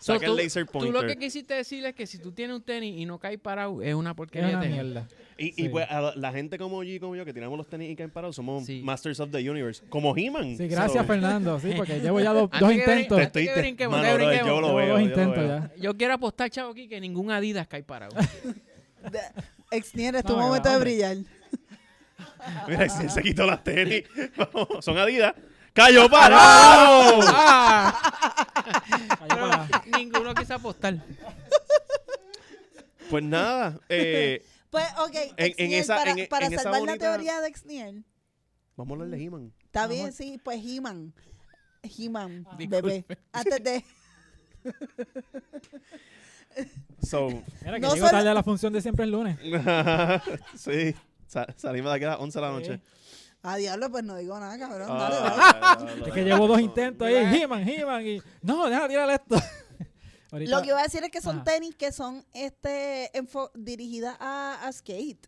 D: So,
B: Saca
D: tú-
B: el laser
D: Tú lo
B: pointer.
D: que quisiste decir es que si tú tienes un tenis y no cae parado, es una
A: Es
D: porquería de
A: una
D: tenis.
A: mierda.
B: Y,
A: Sí.
B: y pues a la, la gente como yo y como yo que tiramos los tenis y caen parados somos
D: Sí.
B: Masters of the Universe. Como He-Man.
A: Sí, gracias,
B: So,
A: Fernando. Sí, porque llevo ya dos,
D: Antes
A: dos
D: que brin-
A: intentos.
B: Te
D: Antes
B: estoy
D: que
B: te-
D: brinquemos,
B: mano,
D: que
B: brother,
D: brinquemos.
B: yo lo
A: Llevo
B: veo.
A: dos
B: yo lo
A: intentos
B: veo.
A: ya.
D: Yo quiero apostar, chavo, aquí que ningún Adidas cae parado.
C: Exnier, es tu
A: No, venga,
C: momento de
A: hombre.
C: brillar.
B: Mira, si él se quitó las tenis. Vamos, son Adidas. ¡Cayó parado!
D: Ah,
A: Ahí
D: pero
A: para-
D: ninguno quiso apostar.
B: Pues nada, eh,
C: Pues, ok,
B: en
C: Exnier,
B: esa-
C: para,
B: en- e,
C: para
B: en esa
C: salvar la
B: bonita-
C: teoría de Exnier,
B: vamos a hablar de He-Man.
C: está
A: Vamos.
C: bien, sí, pues He-Man. He-Man,
A: Ah.
D: Disculpe.
C: bebé. Antes de...
B: So,
A: Mira, que
C: No
A: llego
C: solo-
A: tarde a la función de siempre el lunes.
B: sí, sa- salimos de aquí a las 11 de la noche.
C: A diablo, pues no digo nada, cabrón. dale, dale.
B: Ah,
A: Es que llevo dos intentos ahí.
D: Mira.
A: He-Man, He-Man. Y... No, deja tirarle esto. Ahorita-
C: Lo que iba a decir es que son
A: Ajá.
C: tenis que son este enfo- dirigidas a, a skate.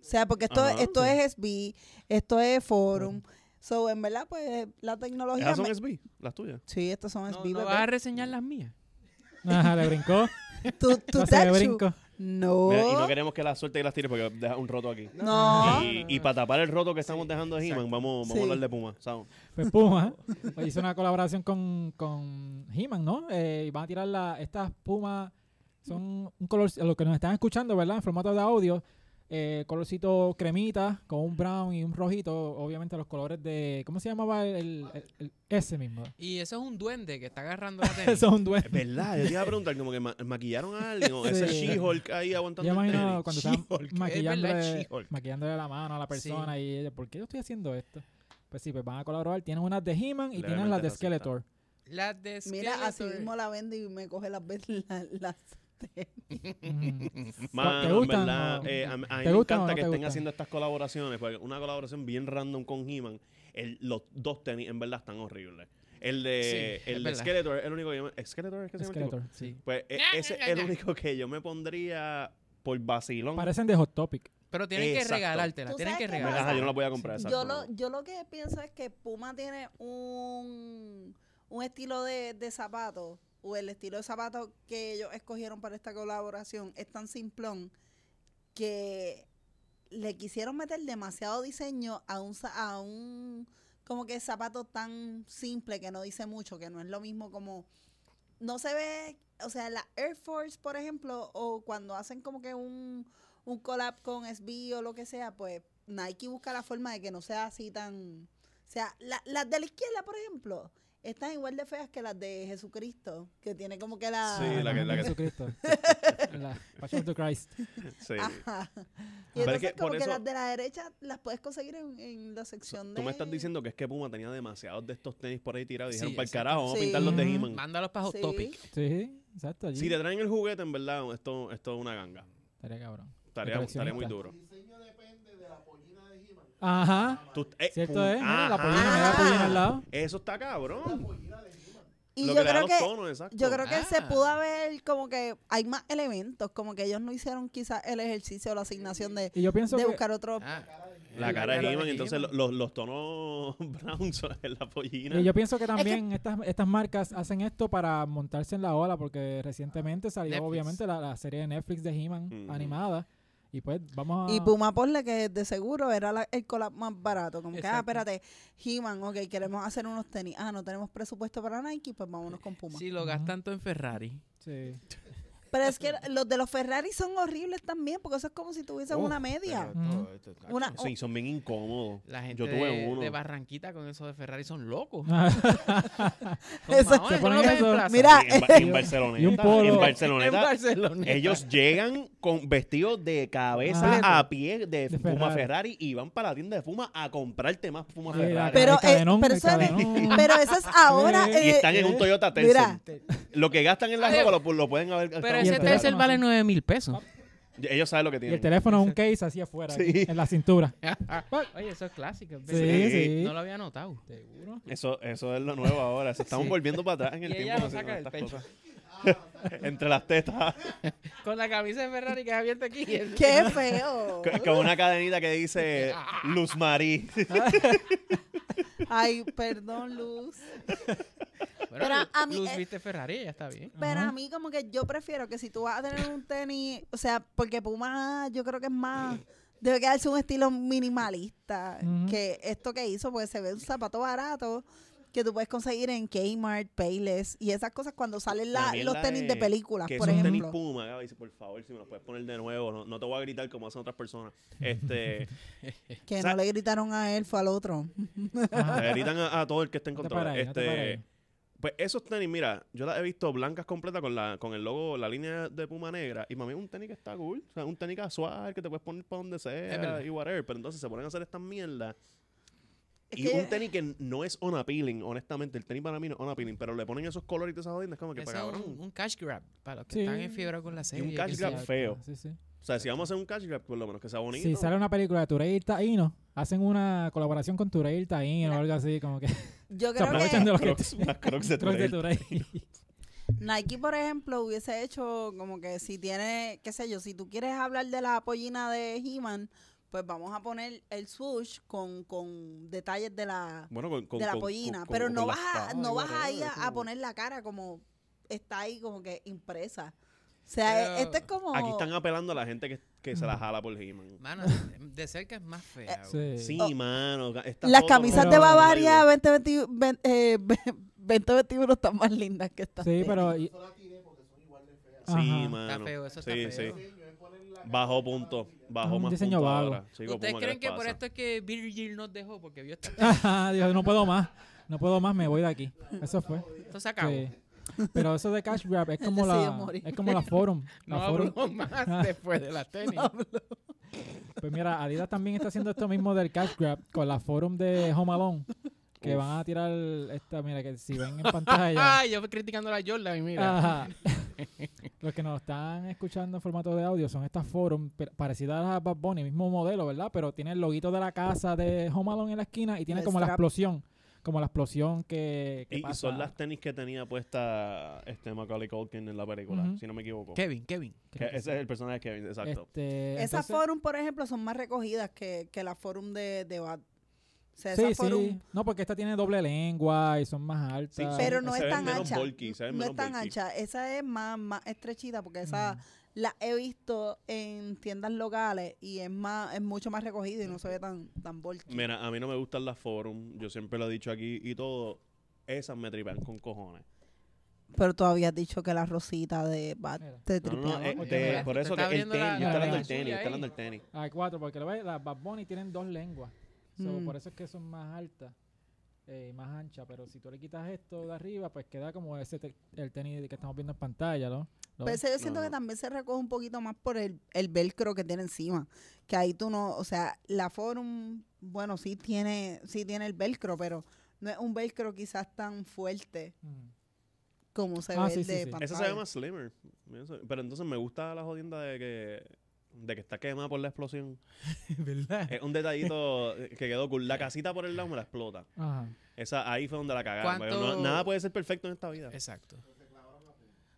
C: O sea, porque esto,
B: Ajá,
C: esto
B: sí.
C: es SB, esto es Forum. So, en verdad, pues la tecnología.
B: Esas son
C: me-
B: SB, las tuyas.
C: Sí, estos son
D: No,
C: SB.
D: no
C: bebé.
D: vas a reseñar las mías.
A: Ajá, le brincó.
C: Tu, tu
A: No, se le
C: Tatsu.
A: brincó. Oh.
C: No.
B: Mira, y no queremos que la suerte y las tires porque deja un roto aquí.
C: No.
B: Y, y para tapar el roto que estamos dejando de He-Man, vamos, vamos
C: Sí.
B: a hablar de Puma. ¿sabes?
A: Pues Puma pues, hizo una colaboración con, con He-Man, ¿no? Eh, y van a tirar la, estas Pumas, son un color, lo que nos están escuchando, ¿verdad? En formato de audio, eh, colorcito cremita, con un brown y un rojito, obviamente los colores de, ¿cómo se llamaba? El, el- el- el- ese mismo.
D: Y eso es un duende que está agarrando la tenis.
A: Eso es un duende.
B: Es verdad, yo te iba a preguntar, como que ma- maquillaron a alguien o ese
A: Sí.
B: She-Hulk ahí aguantando.
A: Yo
B: el
A: imagino
B: tenis.
A: cuando estaban
B: She-Hulk.
D: es verdad,
A: maquillándole,
D: es She-Hulk.
A: maquillándole la mano a la persona y ella, ¿por qué yo estoy haciendo esto? Pues sí, pues van a colaborar. Tienen unas de He-Man y tienen
B: Levemente
A: las de
B: racista.
A: Skeletor.
D: Las de
C: Mira, así
D: Skeletor.
C: mismo la vendo y me coge las veces la- las tenis.
A: Ujú.
B: Mano,
A: ¿Te
B: en
A: gustan
B: verdad,
A: o no?
B: eh, a, a mí me
A: ¿Te gustan o
B: encanta
A: no
B: que
A: te
B: estén
A: gustan?
B: haciendo estas colaboraciones, porque una colaboración bien random con He-Man, el- los dos tenis en verdad están horribles. El de,
D: Sí, es
B: el de
D: verdad.
B: Skeletor es el único que yo me- ¿Skeletor es que se llama el tipo?
A: Skeletor, sí.
B: Pues e- ese es el único que yo me pondría por vacilón.
A: Parecen de Hot Topic.
D: Pero tienen que
B: Exacto.
D: regalártela,
C: ¿Tú
D: tienen que
C: sabes qué
D: regalártela.
B: Ajá, yo no la voy a comprar. exacto,
C: Yo lo,
B: no.
C: yo lo que pienso es que Puma tiene un, un estilo de, de zapato o el estilo de zapato que ellos escogieron para esta colaboración es tan simplón que le quisieron meter demasiado diseño a un, za- a un como que zapato tan simple que no dice mucho, que no es lo mismo como no se ve, o sea, la Air Force, por ejemplo, o cuando hacen como que un, un collab con SB o lo que sea, pues Nike busca la forma de que no sea así tan... O sea, la- las de la izquierda, por ejemplo, están igual de feas que las de Jesucristo, que tiene como que la...
B: Sí, la que- la que-
A: Jesucristo. la Passion of the Christ.
B: Sí.
C: Ajá. Y
B: Pero es
C: entonces
B: que
C: como
B: por
C: que
B: eso-
C: las de la derecha las puedes conseguir en, en la sección de...
B: Tú me estás diciendo que es que Puma tenía demasiados de estos tenis por ahí tirados. y
D: Sí,
B: Dijeron, para el
D: exacto.
B: carajo, vamos
C: Sí.
B: a pintarlos de
A: Ujú.
B: He-Man.
D: Mándalos para Hot
C: Sí.
D: Topic.
A: Sí, exacto. Allí.
B: Si te traen el juguete, en verdad, esto, esto es una ganga.
A: Estaría cabrón.
B: Estaría,
A: De
B: estaría muy
A: coleccionista.
B: duro.
A: Ajá.
B: Tú- eh,
A: Cierto
B: pum,
A: es. Mira, la
B: ajá.
A: pollina, mira la pollina al lado.
B: Eso está cabrón.
C: Y
B: lo
C: yo
B: que le da
C: creo
B: los
C: que...
B: tonos, exacto.
C: Yo creo que se
D: Ah.
C: pudo haber como que hay más elementos, como que ellos no hicieron quizás el ejercicio o la asignación de,
A: Y yo pienso
C: de
A: que...
C: buscar otro.
D: Ah,
B: La cara de He-Man, entonces lo-
D: He-Man.
B: los, los tonos brown son en la pollina.
A: y yo pienso que también estas, estas marcas hacen esto para montarse en la ola porque recientemente salió
D: Netflix.
A: obviamente la, la serie de Netflix de He-Man
B: Ujú.
A: animada y pues vamos a...
C: Y Puma Porle, que de seguro era la- el collab más barato. Como que, ah,
D: Exacto.
C: espérate, He-Man, ok, queremos hacer unos tenis. Ah, no tenemos presupuesto para Nike, pues vámonos con Puma.
D: Si lo gastan todo en Ferrari.
A: Sí.
C: Pero es que los de los Ferrari son horribles también, porque eso es como si tuviesen
B: Oh,
C: una media.
A: pero esto-
C: Una,
B: Sí, son bien incómodos.
D: La gente
B: Yo tuve
D: de,
B: uno.
D: de Barranquita con eso de Ferrari son locos.
C: Eso-
D: mamones,
A: Se
D: ¿tú
A: ponen
D: los ves en
A: eso.
D: plaza?
C: Mira, eh,
B: Y en, Ba- y en Barceloneta.
A: Ah. Y un polo.
B: En
D: en
B: Barceloneta.
D: Barcelona.
B: ellos llegan con vestidos de cabeza
A: Ah.
B: a pie de,
A: De
B: Puma
A: Ferrari.
B: Ferrari y van para la tienda de Puma a comprarte más Puma
A: Sí, la-
B: Ferrari.
C: Pero,
A: el
C: eh,
A: cadenón,
C: pero
A: el
C: eso es-
A: cadenón.
C: pero eso es ahora.
A: Y
B: y
C: eh,
B: están en un Toyota Tercel.
C: mira.
B: Lo que gastan en la
D: Ay,
B: ropa lo, lo pueden haber gastado
D: Pero
B: en
A: Y
D: ese
A: el
B: Ferrari.
A: Tercel
D: tercer vale 9 mil pesos.
B: Ellos saben lo
A: Y
B: que
A: el
B: tienen.
A: teléfono es un case así afuera,
B: Sí.
A: aquí, en la cintura.
D: Oye, eso es clásico.
A: Sí,
D: ¿ves?
A: sí.
D: No lo había notado.
A: Seguro.
B: Eso, eso es lo nuevo ahora. Se estamos
D: Sí.
B: volviendo para atrás en el
D: Y
B: tiempo.
D: ella lo
B: con
D: saca del
B: estas cosas. Entre las tetas.
D: Con la camisa de Ferrari que es abierta aquí.
C: ¡Qué feo!
B: con- Con una cadenita que dice Luz Marí.
C: Ay, perdón, Luz.
D: Bueno,
C: Pero
D: Luz-
C: a mí-
D: Luz
C: eh,
D: viste Ferrari, ya está bien.
C: Pero
A: Ajá.
C: a mí como que yo prefiero que si tú vas a tener un tenis, o sea, porque Puma yo creo que es más, debe quedarse un estilo minimalista,
A: Ujú.
C: que esto que hizo, pues se ve un zapato barato que tú puedes conseguir en Kmart, Payless y esas cosas cuando salen la-
B: La mierda
C: los tenis de,
B: de
C: películas,
B: Que
C: por
B: esos tenis
C: ejemplo.
B: Puma, Gaby, dice, por favor, si me los puedes poner de nuevo. No, no te voy a gritar como hacen otras personas. Este,
C: Que
B: Sa-
C: no le gritaron a él, fue al otro.
A: Ajá.
B: le gritan a, a todo el que esté en
A: No te
B: control.
A: pares, no te
B: este,
A: pares.
B: pues esos tenis, mira, yo las he visto blancas completas con la con el logo, la línea de Puma negra. Y mami, es un tenis que está cool. O sea, un tenis casual que te puedes poner para donde sea
D: verdad.
B: y whatever. Pero entonces se ponen a hacer estas mierdas.
C: Es
B: y
C: que-
B: un tenis que no es on appealing, honestamente. El tenis para mí no es on appealing, pero le ponen esos colores y todas esas jodiendas, es como que
D: Eso
B: para
D: es
B: cabrón.
D: un, un cash grab para los que
A: Sí.
D: están en fiebre con la serie.
B: cash
D: que
A: Sí,
B: grab
D: sea-
A: exacto.
B: feo.
A: Sí, sí.
B: O sea, si vamos a hacer un cash grab, por lo menos que sea bonito.
A: Si sale una película de Tureil Taíno, hacen una colaboración con Tureil Taíno o algo así, como que
C: Yo
A: se
C: creo
A: aprovechan de
C: que
A: los que
B: Crocs, unas Crocs de
A: Crocs de
B: Trail.
A: Tureil.
C: Nike, por ejemplo, hubiese hecho como que si tiene, qué sé yo, si tú quieres hablar de la pollina de He-Man, pues vamos a poner el swoosh con, con detalles de la...
B: Bueno, con, con-
C: de la
B: con-
C: pollina.
B: con-
C: pero
B: con
C: no
B: las
C: vas, a,
B: tablas,
C: no vas
B: whatever,
C: ahí a,
B: es
C: a
B: como-
C: poner la cara como está ahí como que impresa. O sea,
D: Pero-
C: esto es como...
B: Eh, Aquí están apelando a la gente que, que se la jala por He-Man.
D: Mano, de cerca es más fea. güey.
A: Eh, Sí.
B: Sí, mano. ca- esta
C: Oh. Las
B: foto
C: camisas
B: no-
C: de
A: pero-
C: Bavaria 2020, ven- eh, ven- 2021 están más lindas que estas.
A: Sí,
C: de-
A: pero. eh, y-
B: Sí,
A: Ajá.
B: mano.
D: Está feo, eso está
B: sí,
D: feo.
B: Sí. Bajo punto. Bajo
A: Un
B: más
A: diseño
B: punto
A: vago.
B: ahora. Chico,
D: ¿Ustedes
B: ¿cómo
D: creen
B: les
D: que por
B: pasa?
D: esto es que Virgil nos dejó? Porque vio esta...
A: Ajá, Dios, no puedo más. No puedo más, me voy de aquí. Eso fue.
D: Esto se acabó.
A: Sí. Pero eso de Cash Grab es como
C: decidió
A: la.
C: morir.
A: Es como la Forum. La Ah.
D: No
A: forum.
D: habló más después de las tenis.
A: Pues mira, Adidas también está haciendo esto mismo del Cash Grab con la Forum de Home Alone. Que
B: Uf.
A: van a tirar esta, mira, que si ven en pantalla.
D: Ay, Ah, yo criticando a la Jordan y mira.
A: Ajá. Los que nos están escuchando en formato de audio son estas forum pe- parecidas a Bad Bunny, mismo modelo, ¿verdad? Pero tiene el loguito de la casa de Home Alone en la esquina y tiene
C: El
A: como la
C: strap.
A: explosión. Como la explosión que, que
B: Y
A: pasa.
B: son las tenis que tenía puesta este Macaulay Culkin en la película,
A: Ujú.
B: si no me equivoco.
D: Kevin, Kevin.
B: Que ese es el personaje que Kevin, exacto.
A: Este,
C: Esas
A: entonces-
C: forum, por ejemplo, son más recogidas que, que la forum de, de Bad. O sea,
A: Sí,
C: esa
A: sí.
C: forum...
A: No, porque esta tiene doble lengua y son más altas.
B: Sí,
C: Pero no
B: Se
C: es
B: ven
C: tan
B: Ah, menos
C: ancha.
B: bulky, se ven
C: no
B: menos
C: es tan
B: bulky.
C: ancha. Esa es más, más estrechita porque esa la he visto en tiendas locales y es más es mucho más recogido y no se ve tan tan bulky.
B: Mira, a mí no me gustan las forum, yo siempre lo he dicho aquí y todo. Esas me tripan con cojones.
C: Pero tú habías dicho que la rosita de Bat
A: Mira.
C: te
B: No, no,
C: tripeaba.
B: eh,
A: porque
B: de-
A: mira,
B: por
D: te
B: eso que
D: está
B: el tenis,
D: abriendo la-
B: yo estoy
A: la
B: hablando del
D: suya
B: tenis, yo estoy
D: ahí.
B: hablando del tenis.
A: Hay cuatro, porque lo ves, las Bad Bunny tienen dos lenguas. So,
C: Mm.
A: Por eso es que son más altas eh, y más anchas. Pero si tú le quitas esto de arriba, pues queda como ese te- el tenis que estamos viendo en pantalla, ¿no? ¿Lo
C: Pero
A: ves?
C: ese Pues, yo siento
B: No.
C: que también se recoge un poquito más por el, el velcro que tiene encima. Que ahí tú no, o sea, la forum, bueno, sí tiene, sí tiene el velcro, pero no es un velcro quizás tan fuerte
A: Mm.
C: como se
A: Ah,
C: ve
A: sí,
C: el
A: sí,
C: de
A: sí. Esa
C: pantalla.
B: Esa se ve más slimmer. Eso- Pero entonces me gusta la jodienda de que, de que está quemada por la explosión.
D: ¿Verdad?
B: Es un detallito que quedó cool. La casita por el lado me la explota.
A: Ajá.
B: Esa, ahí fue donde la cagaron.
D: ¿Cuánto-
B: No- nada puede ser perfecto en esta vida.
D: Exacto.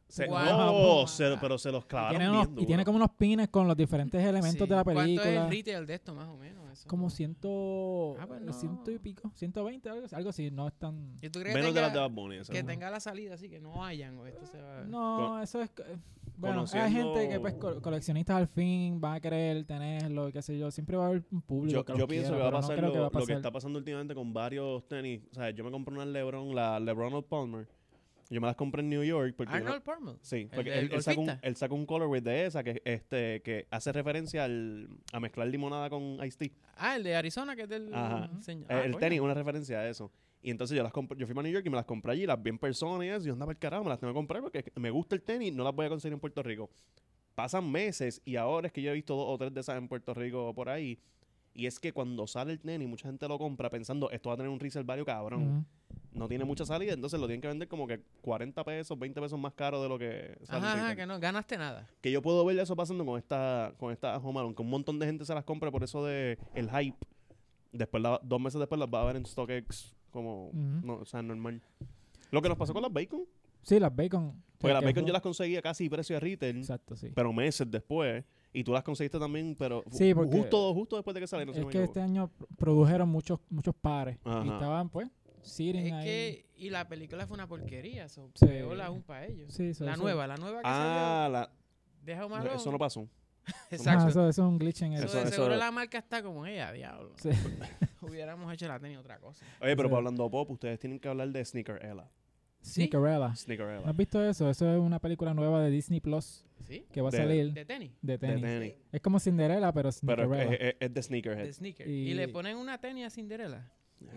B: Se,
D: ¿Cuánto?
B: no, se- pero se los clavaron
A: Tiene unos-
B: bien
A: y tiene
B: duro.
A: como unos pines con los diferentes elementos
D: Sí.
A: de la
D: ¿Cuánto es
A: película.
D: el retail de esto, más o menos? Eso?
A: Como ciento, eh,
D: Ah, pues no.
A: ciento y pico, 120, algo, algo así, no es tan...
D: ¿Y tú crees que
B: Menos de
D: tenga,
B: las de Bad Bunny. esa.
D: que tenga la salida así, que no hayan? O esto se va...
A: No, eso es... eh, Bueno, hay
B: conociendo-
A: gente que pues co- coleccionistas al fin van a querer tenerlo, y qué sé yo, siempre va a haber un público
B: Yo,
A: que los
B: yo pienso
A: quiera,
B: que va a
A: pero no
B: pasar,
A: creo
B: lo,
A: que va a
B: lo que
A: pasar.
B: está pasando últimamente con varios tenis. O sea, yo me compré unas LeBron, la LeBron Old Palmer. Yo me las compré en New York
A: Ah,
B: porque... yo no-
D: Arnold Palmer.
B: Sí,
D: ¿El
B: porque
D: de-
B: él,
D: el
B: él saca un,
D: golfista?
B: él saca un colorway de esa que, este, que hace referencia al, a mezclar limonada con iced tea.
D: Ah, el de Arizona, que es del
B: Ajá.
D: señor.
B: Eh,
D: Ah,
B: el
D: coño.
B: tenis, una referencia a eso. Y entonces yo las compré, yo fui a New York y me las compré allí, las vi en persona y eso, y yo andaba el carajo, me las tengo que comprar porque es que me gusta el tenis, no las voy a conseguir en Puerto Rico. Pasan meses y ahora es que yo he visto dos o tres de esas en Puerto Rico por ahí.
D: Mm.
B: Y es que cuando sale el tenis, mucha gente lo compra pensando, esto va a tener un resale value cabrón.
A: Ujú.
B: no tiene mucha salida, entonces lo tienen que vender como que 40 pesos, 20 pesos más caro de lo que sale
D: Ajá,
B: en
D: ajá,
B: retail.
D: que no ganaste nada.
B: Que yo puedo ver eso pasando con esta, con esta Home Alone, que un montón de gente se las compra por eso de el hype. Después la- dos meses después las va a ver en StockX como
A: Ujú.
B: no, o sea, normal. Lo que nos pasó con las bacon.
A: Sí, las bacon.
B: Porque las
A: que
B: bacon
A: fue-
B: yo las conseguía casi precio de retail,
A: Exacto, sí.
B: pero meses después. Y tú las conseguiste también, pero ju-
A: Sí, porque-
B: justo, justo después de que salieron. si
A: es
B: no me
A: que
B: equivoco.
A: este año pr- produjeron muchos muchos pares. Y
B: Ajá.
A: estaban, pues, sitting
D: Es
A: ahí.
D: que, y la película fue una porquería, so,
A: Sí.
D: peor aún para ellos.
A: Sí, eso-
D: la
A: eso-
D: nueva, la nueva que
B: Ah,
D: salió,
B: la-
D: deja un marrón.
B: eso no pasó.
A: Ah,
D: Exacto.
A: eso, eso es un glitch en el...
D: So,
B: eso-
D: de
B: eso-
D: seguro la marca está como ella, diablo.
A: Sí.
D: Hubiéramos hecho la tenis otra cosa.
B: Oye, pero
A: Eso-
B: para hablando pop, ustedes tienen que hablar de Sneakerella.
D: Sí.
A: Cinderella.
B: Sneakerella.
A: ¿No ¿Has visto eso? Eso es una película nueva de Disney Plus
D: ¿Sí?
A: que va a
B: De-
A: salir
D: De tenis.
A: de
B: de
A: tenis.
B: tenis.
A: Es como Cinderella, pero
B: Pero
A: Cinderella.
B: es,
A: Es,
B: es- es de
D: De
B: Sneakerhead.
D: sneaker.
A: Y-
D: Y le ponen una tenis a Cinderella.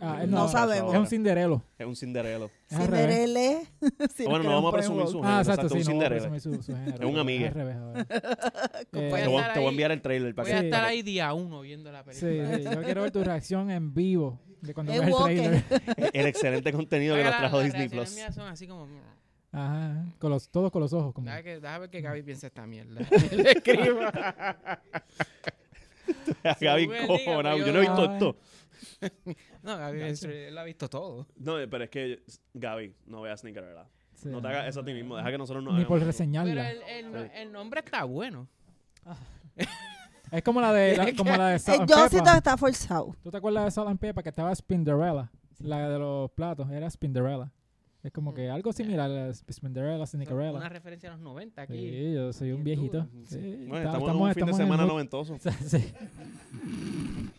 A: Ah,
B: Es
A: no,
B: una raza
C: sabemos.
B: ahora.
A: un Cinderelo. Ah,
B: Es un Cinderelo.
A: Es al revés.
C: Cinderele.
B: Ah, bueno, no vamos a presumir su género.
A: Ah, exacto, sí,
B: un
A: no voy a
B: Cinderella.
A: presumir su, su género.
B: un amigue.
A: Al revés ahora. Eh,
B: Te
D: Voy a
B: voy,
D: estar
B: te voy a
D: ahí.
B: enviar el trailer para
D: Voy
B: que
D: a estar ahí día uno viendo la
A: sí,
D: película.
A: sí, yo quiero ver tu reacción en vivo de cuando
C: Es
A: veas el
C: woke.
A: trailer.
B: el excelente contenido que
D: Oiga,
B: nos
D: la-
B: trajo
D: las
B: Disney
D: reacciones
B: Plus.
D: mías son así como... mm,
A: Ajá, con los, todos con los ojos. Como.
D: Deja, que, deja ver que Gaby piensa esta mierda. Le escriba.
B: Gaby,
D: Según él diga,
B: cojonado.
D: pues
B: Yo
D: yo
B: no he
A: no-
B: visto esto.
D: No, Gaby él lo ha visto todo.
B: No, eh, pero es que, Gaby, no veas Sneakerella.
A: Sí.
B: No te hagas eso a ti mismo. Deja que nosotros no
A: Ni por
B: eso.
D: Pero
A: reseñarla.
D: el, el no- el nombre está bueno.
A: Es como la de, la-
D: Es que-
A: como la de Salt
C: El
A: and
C: Josito
A: Pepper.
C: está forzado.
A: ¿Tú te acuerdas de Salt and Pepper que estaba Spinderella? La de los platos, era Spinderella. Es como
D: Mm,
A: que algo similar a Spinderella,
D: Una
A: Cinderella.
D: referencia a los 90 aquí.
A: Sí, yo soy un
D: Bien
A: viejito.
D: duro.
A: Sí,
B: Bueno,
A: está-
B: estamos, en un fin de
A: estamos en
B: semana
A: mood.
B: noventoso.
A: Sí.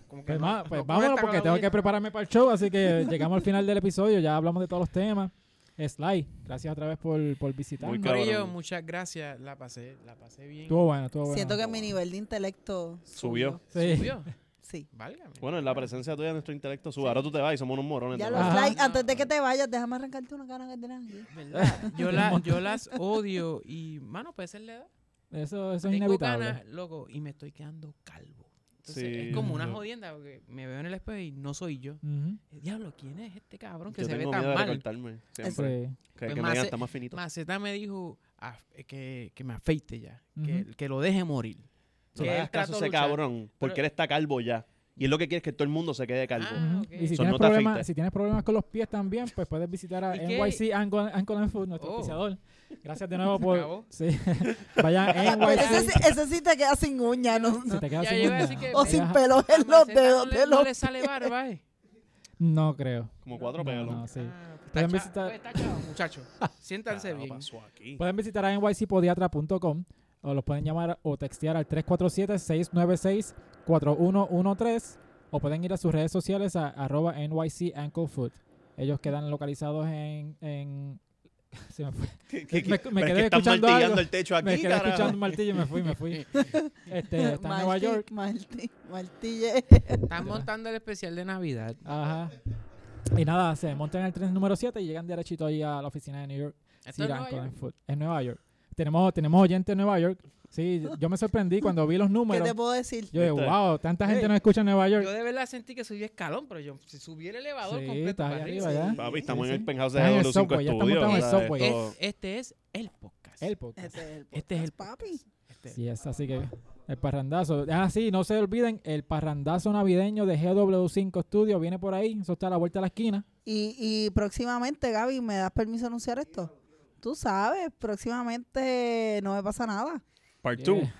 D: Como que
A: Pues,
D: no-
A: ma- pues
D: no
A: vámonos
D: conecta con
A: porque
D: la
A: tengo que
D: audiencia.
A: prepararme para el show, así que llegamos al final del episodio, ya hablamos de todos los temas. Sly, gracias otra vez por, por visitarnos.
B: Muy cabrón.
D: Corillo, muchas gracias. La pasé, la pasé bien.
A: Estuvo bueno, estuvo bueno.
C: Siento que mi nivel de intelecto
B: Subió.
A: Sí.
D: Subió.
C: Sí.
D: Válgame.
B: Bueno, en la presencia tuya, nuestro intelecto sube. Ahora tú te vas y somos unos morones.
C: Ya
B: te
C: los
B: vas.
A: Ajá.
C: likes, antes de que te vayas, déjame arrancarte una cara que tienes aquí.
D: ¿Verdad? Yo, la, yo las odio y, mano, puede ser la edad.
A: Eso, eso es
D: Tengo
A: inevitable.
D: ganas, loco, y me estoy quedando calvo. Entonces,
B: Sí.
D: es como una
B: Yo-
D: jodienda porque me veo en el espejo y no soy yo.
A: Ujú.
D: Diablo, ¿quién es este cabrón que
B: Yo
D: se ve
B: tengo
D: tan
B: miedo de
D: mal?
B: recortarme.
A: Sí.
B: Siempre. Que,
D: Pues
B: que me
D: más
B: digan,
D: se-
B: está más finito.
D: Maceta me dijo "Ah, eh, que, que me afeite ya,
A: Ujú.
D: que, que lo deje morir.
B: No
D: que
B: le
D: él
B: hagas caso a
D: trató
B: ese
D: luchar.
B: cabrón, porque él está calvo ya. Y él lo que quiere es que todo el mundo se quede calvo.
D: Ah,
A: Ujú.
D: ok.
A: Y si
B: Eso,
A: tienes,
B: no te
A: problemas,
B: afeites.
A: si tienes problemas con los pies también, pues puedes visitar a
D: ¿Y qué?
A: NYC Ankle Ankle and Food, nuestro
D: Oh.
A: auspiciador. Gracias de nuevo por...
D: acabó. Pues
A: Sí. Vayan a
C: Pero Ah, ese,
A: NYC.
C: sí, ese sí te queda sin uña, ¿no?
A: Si te quedas
D: Ya,
A: sin
D: yo iba a
A: uña,
D: decir que-
C: O
A: te
C: sin
A: deja-
C: pelos
D: A
C: en los
D: Maceta
C: dedos
D: no
C: de
D: le,
C: los
D: no le sale barba, eh.
A: No creo.
B: Como cuatro
A: No,
B: pelos.
A: no, sí.
D: Ah, está
A: Pueden
D: cha-
A: visitar-
D: está chavo, muchacho. Siéntanse
B: Claro,
D: bien. Pues,
B: pasó aquí.
A: Pueden visitar a nycpodiatra.com o los pueden llamar o textear al 347-696-4113 o pueden ir a sus redes sociales a arroba NYC Ankle Food. Ellos quedan localizados en... en- se me fue.
B: Que-
A: Me-
B: que-
A: me
B: pero es
A: quedé
B: que están
A: escuchando
B: martillando
A: algo.
B: el techo
A: Me
B: aquí,
A: quedé
B: carajo.
A: escuchando un martillo y me fui, me fui. Este, está en Nueva
C: Martí,
A: York. Este
C: Martí, Martille.
D: Están montando el especial de Navidad.
A: Ajá. Y nada, se montan en el tren número 7 y llegan derechito ahí a la oficina de New York. Sí,
D: Esto es
A: Ankle
D: Nueva York.
A: and Food. En Nueva York. Tenemos, tenemos oyentes en Nueva York. Sí, yo me sorprendí cuando vi los
C: ¿Qué
A: números.
C: te puedo decir?
A: Yo dije,
B: ¿Viste?
A: wow, tanta gente
D: Ey,
A: nos escucha en Nueva York.
D: Yo de verdad sentí que subí escalón, pero yo si subí el elevador
A: Sí,
D: completo
A: estás
D: para
A: ahí
D: arriba.
A: arriba ya.
B: Papi, estamos
A: Sí,
B: en
A: sí.
B: el penthouse de
A: Estás en el
B: W5
A: subway, ya estamos- estamos
B: Studios,
A: en el
B: o sea,
A: subway.
B: esto-
D: Es- este es el podcast.
A: oh. El podcast.
C: Este es el,
D: Este es el
C: podcast, papi.
D: Este-
A: Sí, es así que el parrandazo. Ah, sí, no se olviden, el parrandazo navideño de GW5 Studio viene por ahí. Eso está a la vuelta de la esquina.
C: Y, y próximamente, Gaby, ¿me das permiso de anunciar esto? Tú sabes, próximamente no me pasa nada.
B: Part 2.
A: Yeah.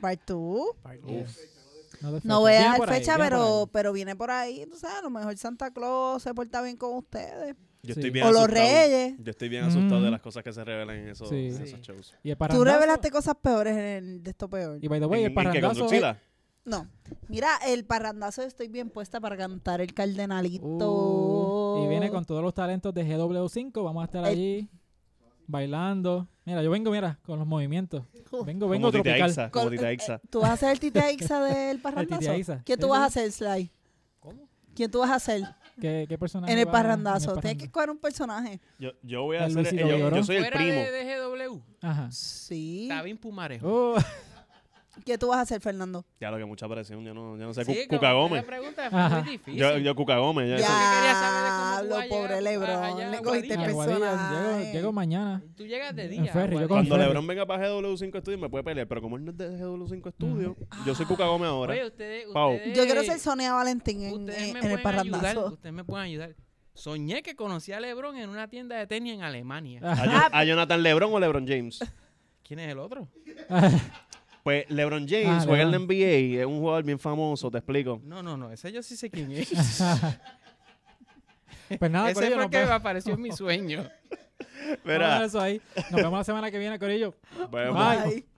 C: Part tú.
A: Yeah. No, de fecha.
C: No voy a
A: Viene
C: dar
A: por ahí,
C: fecha,
A: viene por
C: pero,
A: ahí.
C: pero viene por ahí. Tú sabes, a lo mejor Santa Claus se porta bien con ustedes.
B: Yo
A: Sí.
B: estoy bien
C: o los
B: asustado.
C: reyes.
B: Yo estoy bien asustado de
A: Mm.
B: las cosas que se revelan en esos,
A: Sí.
B: en
D: Sí.
B: esos shows.
A: Y el
C: Tú
A: parrandazo-
C: revelaste cosas peores en el de esto peor.
A: Y by the way, el
B: ¿En- en qué, con
A: parrandazo.
B: Godzilla?
C: No. Mira, el parrandazo estoy bien puesta para cantar el cardenalito.
A: eh. Uh, y viene con todos los talentos de GW5. Vamos a estar
C: El-
A: allí bailando. Mira, yo vengo, mira, con los movimientos. Vengo, vengo
B: Como Tita
A: tropical.
B: Ixa,
C: Con-
B: como Tita
C: eh,
B: Ixa.
C: ¿Tú vas a hacer el Tita Ixa del parrandazo?
A: Tita Ixa.
C: ¿Quién tú
A: Sí,
C: vas
A: sí.
C: a hacer, Sly?
D: ¿Cómo?
C: ¿Quién tú vas a hacer
A: ¿Qué, qué personaje
C: en el
A: va
C: parrandazo?
A: en el
C: Tienes que
A: parranda-
C: escoger un personaje.
B: Yo, yo voy
A: El
B: a hacer...
A: Luisito
B: yo- yo,
A: Vigoró.
B: soy el
D: Fuera
B: primo.
D: de DGW,
A: Ajá.
C: Sí.
D: David Pumarejo.
A: Oh,
C: ¿Qué tú vas a hacer, Fernando?
B: Ya lo que mucha presión, yo no, yo no sé.
D: Sí,
B: Cu-
D: como
B: Cuca
D: que
B: Gómez.
D: La pregunta fue
A: Ajá.
D: muy difícil.
B: Yo, yo Cuca Gómez. ya
C: Ya,
D: es
B: eso-
D: lo que quería saber es cómo tú
C: hablo,
D: vas a
C: pobre
D: llegar allá,
C: Lebron. Le cogiste
D: Guadilla.
A: Aguadilla,
C: personaje.
A: llego, llego mañana.
D: Tú llegas de
A: En
D: día.
A: ferry, yo
D: Juan.
A: con
B: Cuando
A: Ferry.
B: Lebron venga para GW5 Studio me puede pelear, pero como él no es de GW5 Studio, yo soy Cuca Gómez ahora.
D: Oye, ustedes,
B: Pau.
D: ustedes,
C: Yo quiero ser Sonia Valentín en, eh,
D: ustedes me
C: en el
D: pueden
C: parrandazo.
D: ayudar. Ustedes me pueden ayudar. Soñé que conocí a Lebron en una tienda de tenis en Alemania.
B: ¿A, Jo- a Jonathan Lebron o Lebron James?
D: ¿Quién es el otro?
B: Pues Lebron James
A: Ah,
B: juega
A: LeBron.
B: en la NBA, es un jugador bien famoso, te explico.
D: No, no, no. Ese yo sí sé quién es.
A: Pues
B: Ah,
A: nada, Corillo,
D: ese fue el
A: nos
D: que
A: vemos.
D: apareció en mi sueño.
A: Vamos a dejar
B: Verá,
A: eso ahí. Nos vemos la semana que viene, Corillo.
B: vemos.
A: Bye.
C: Ay.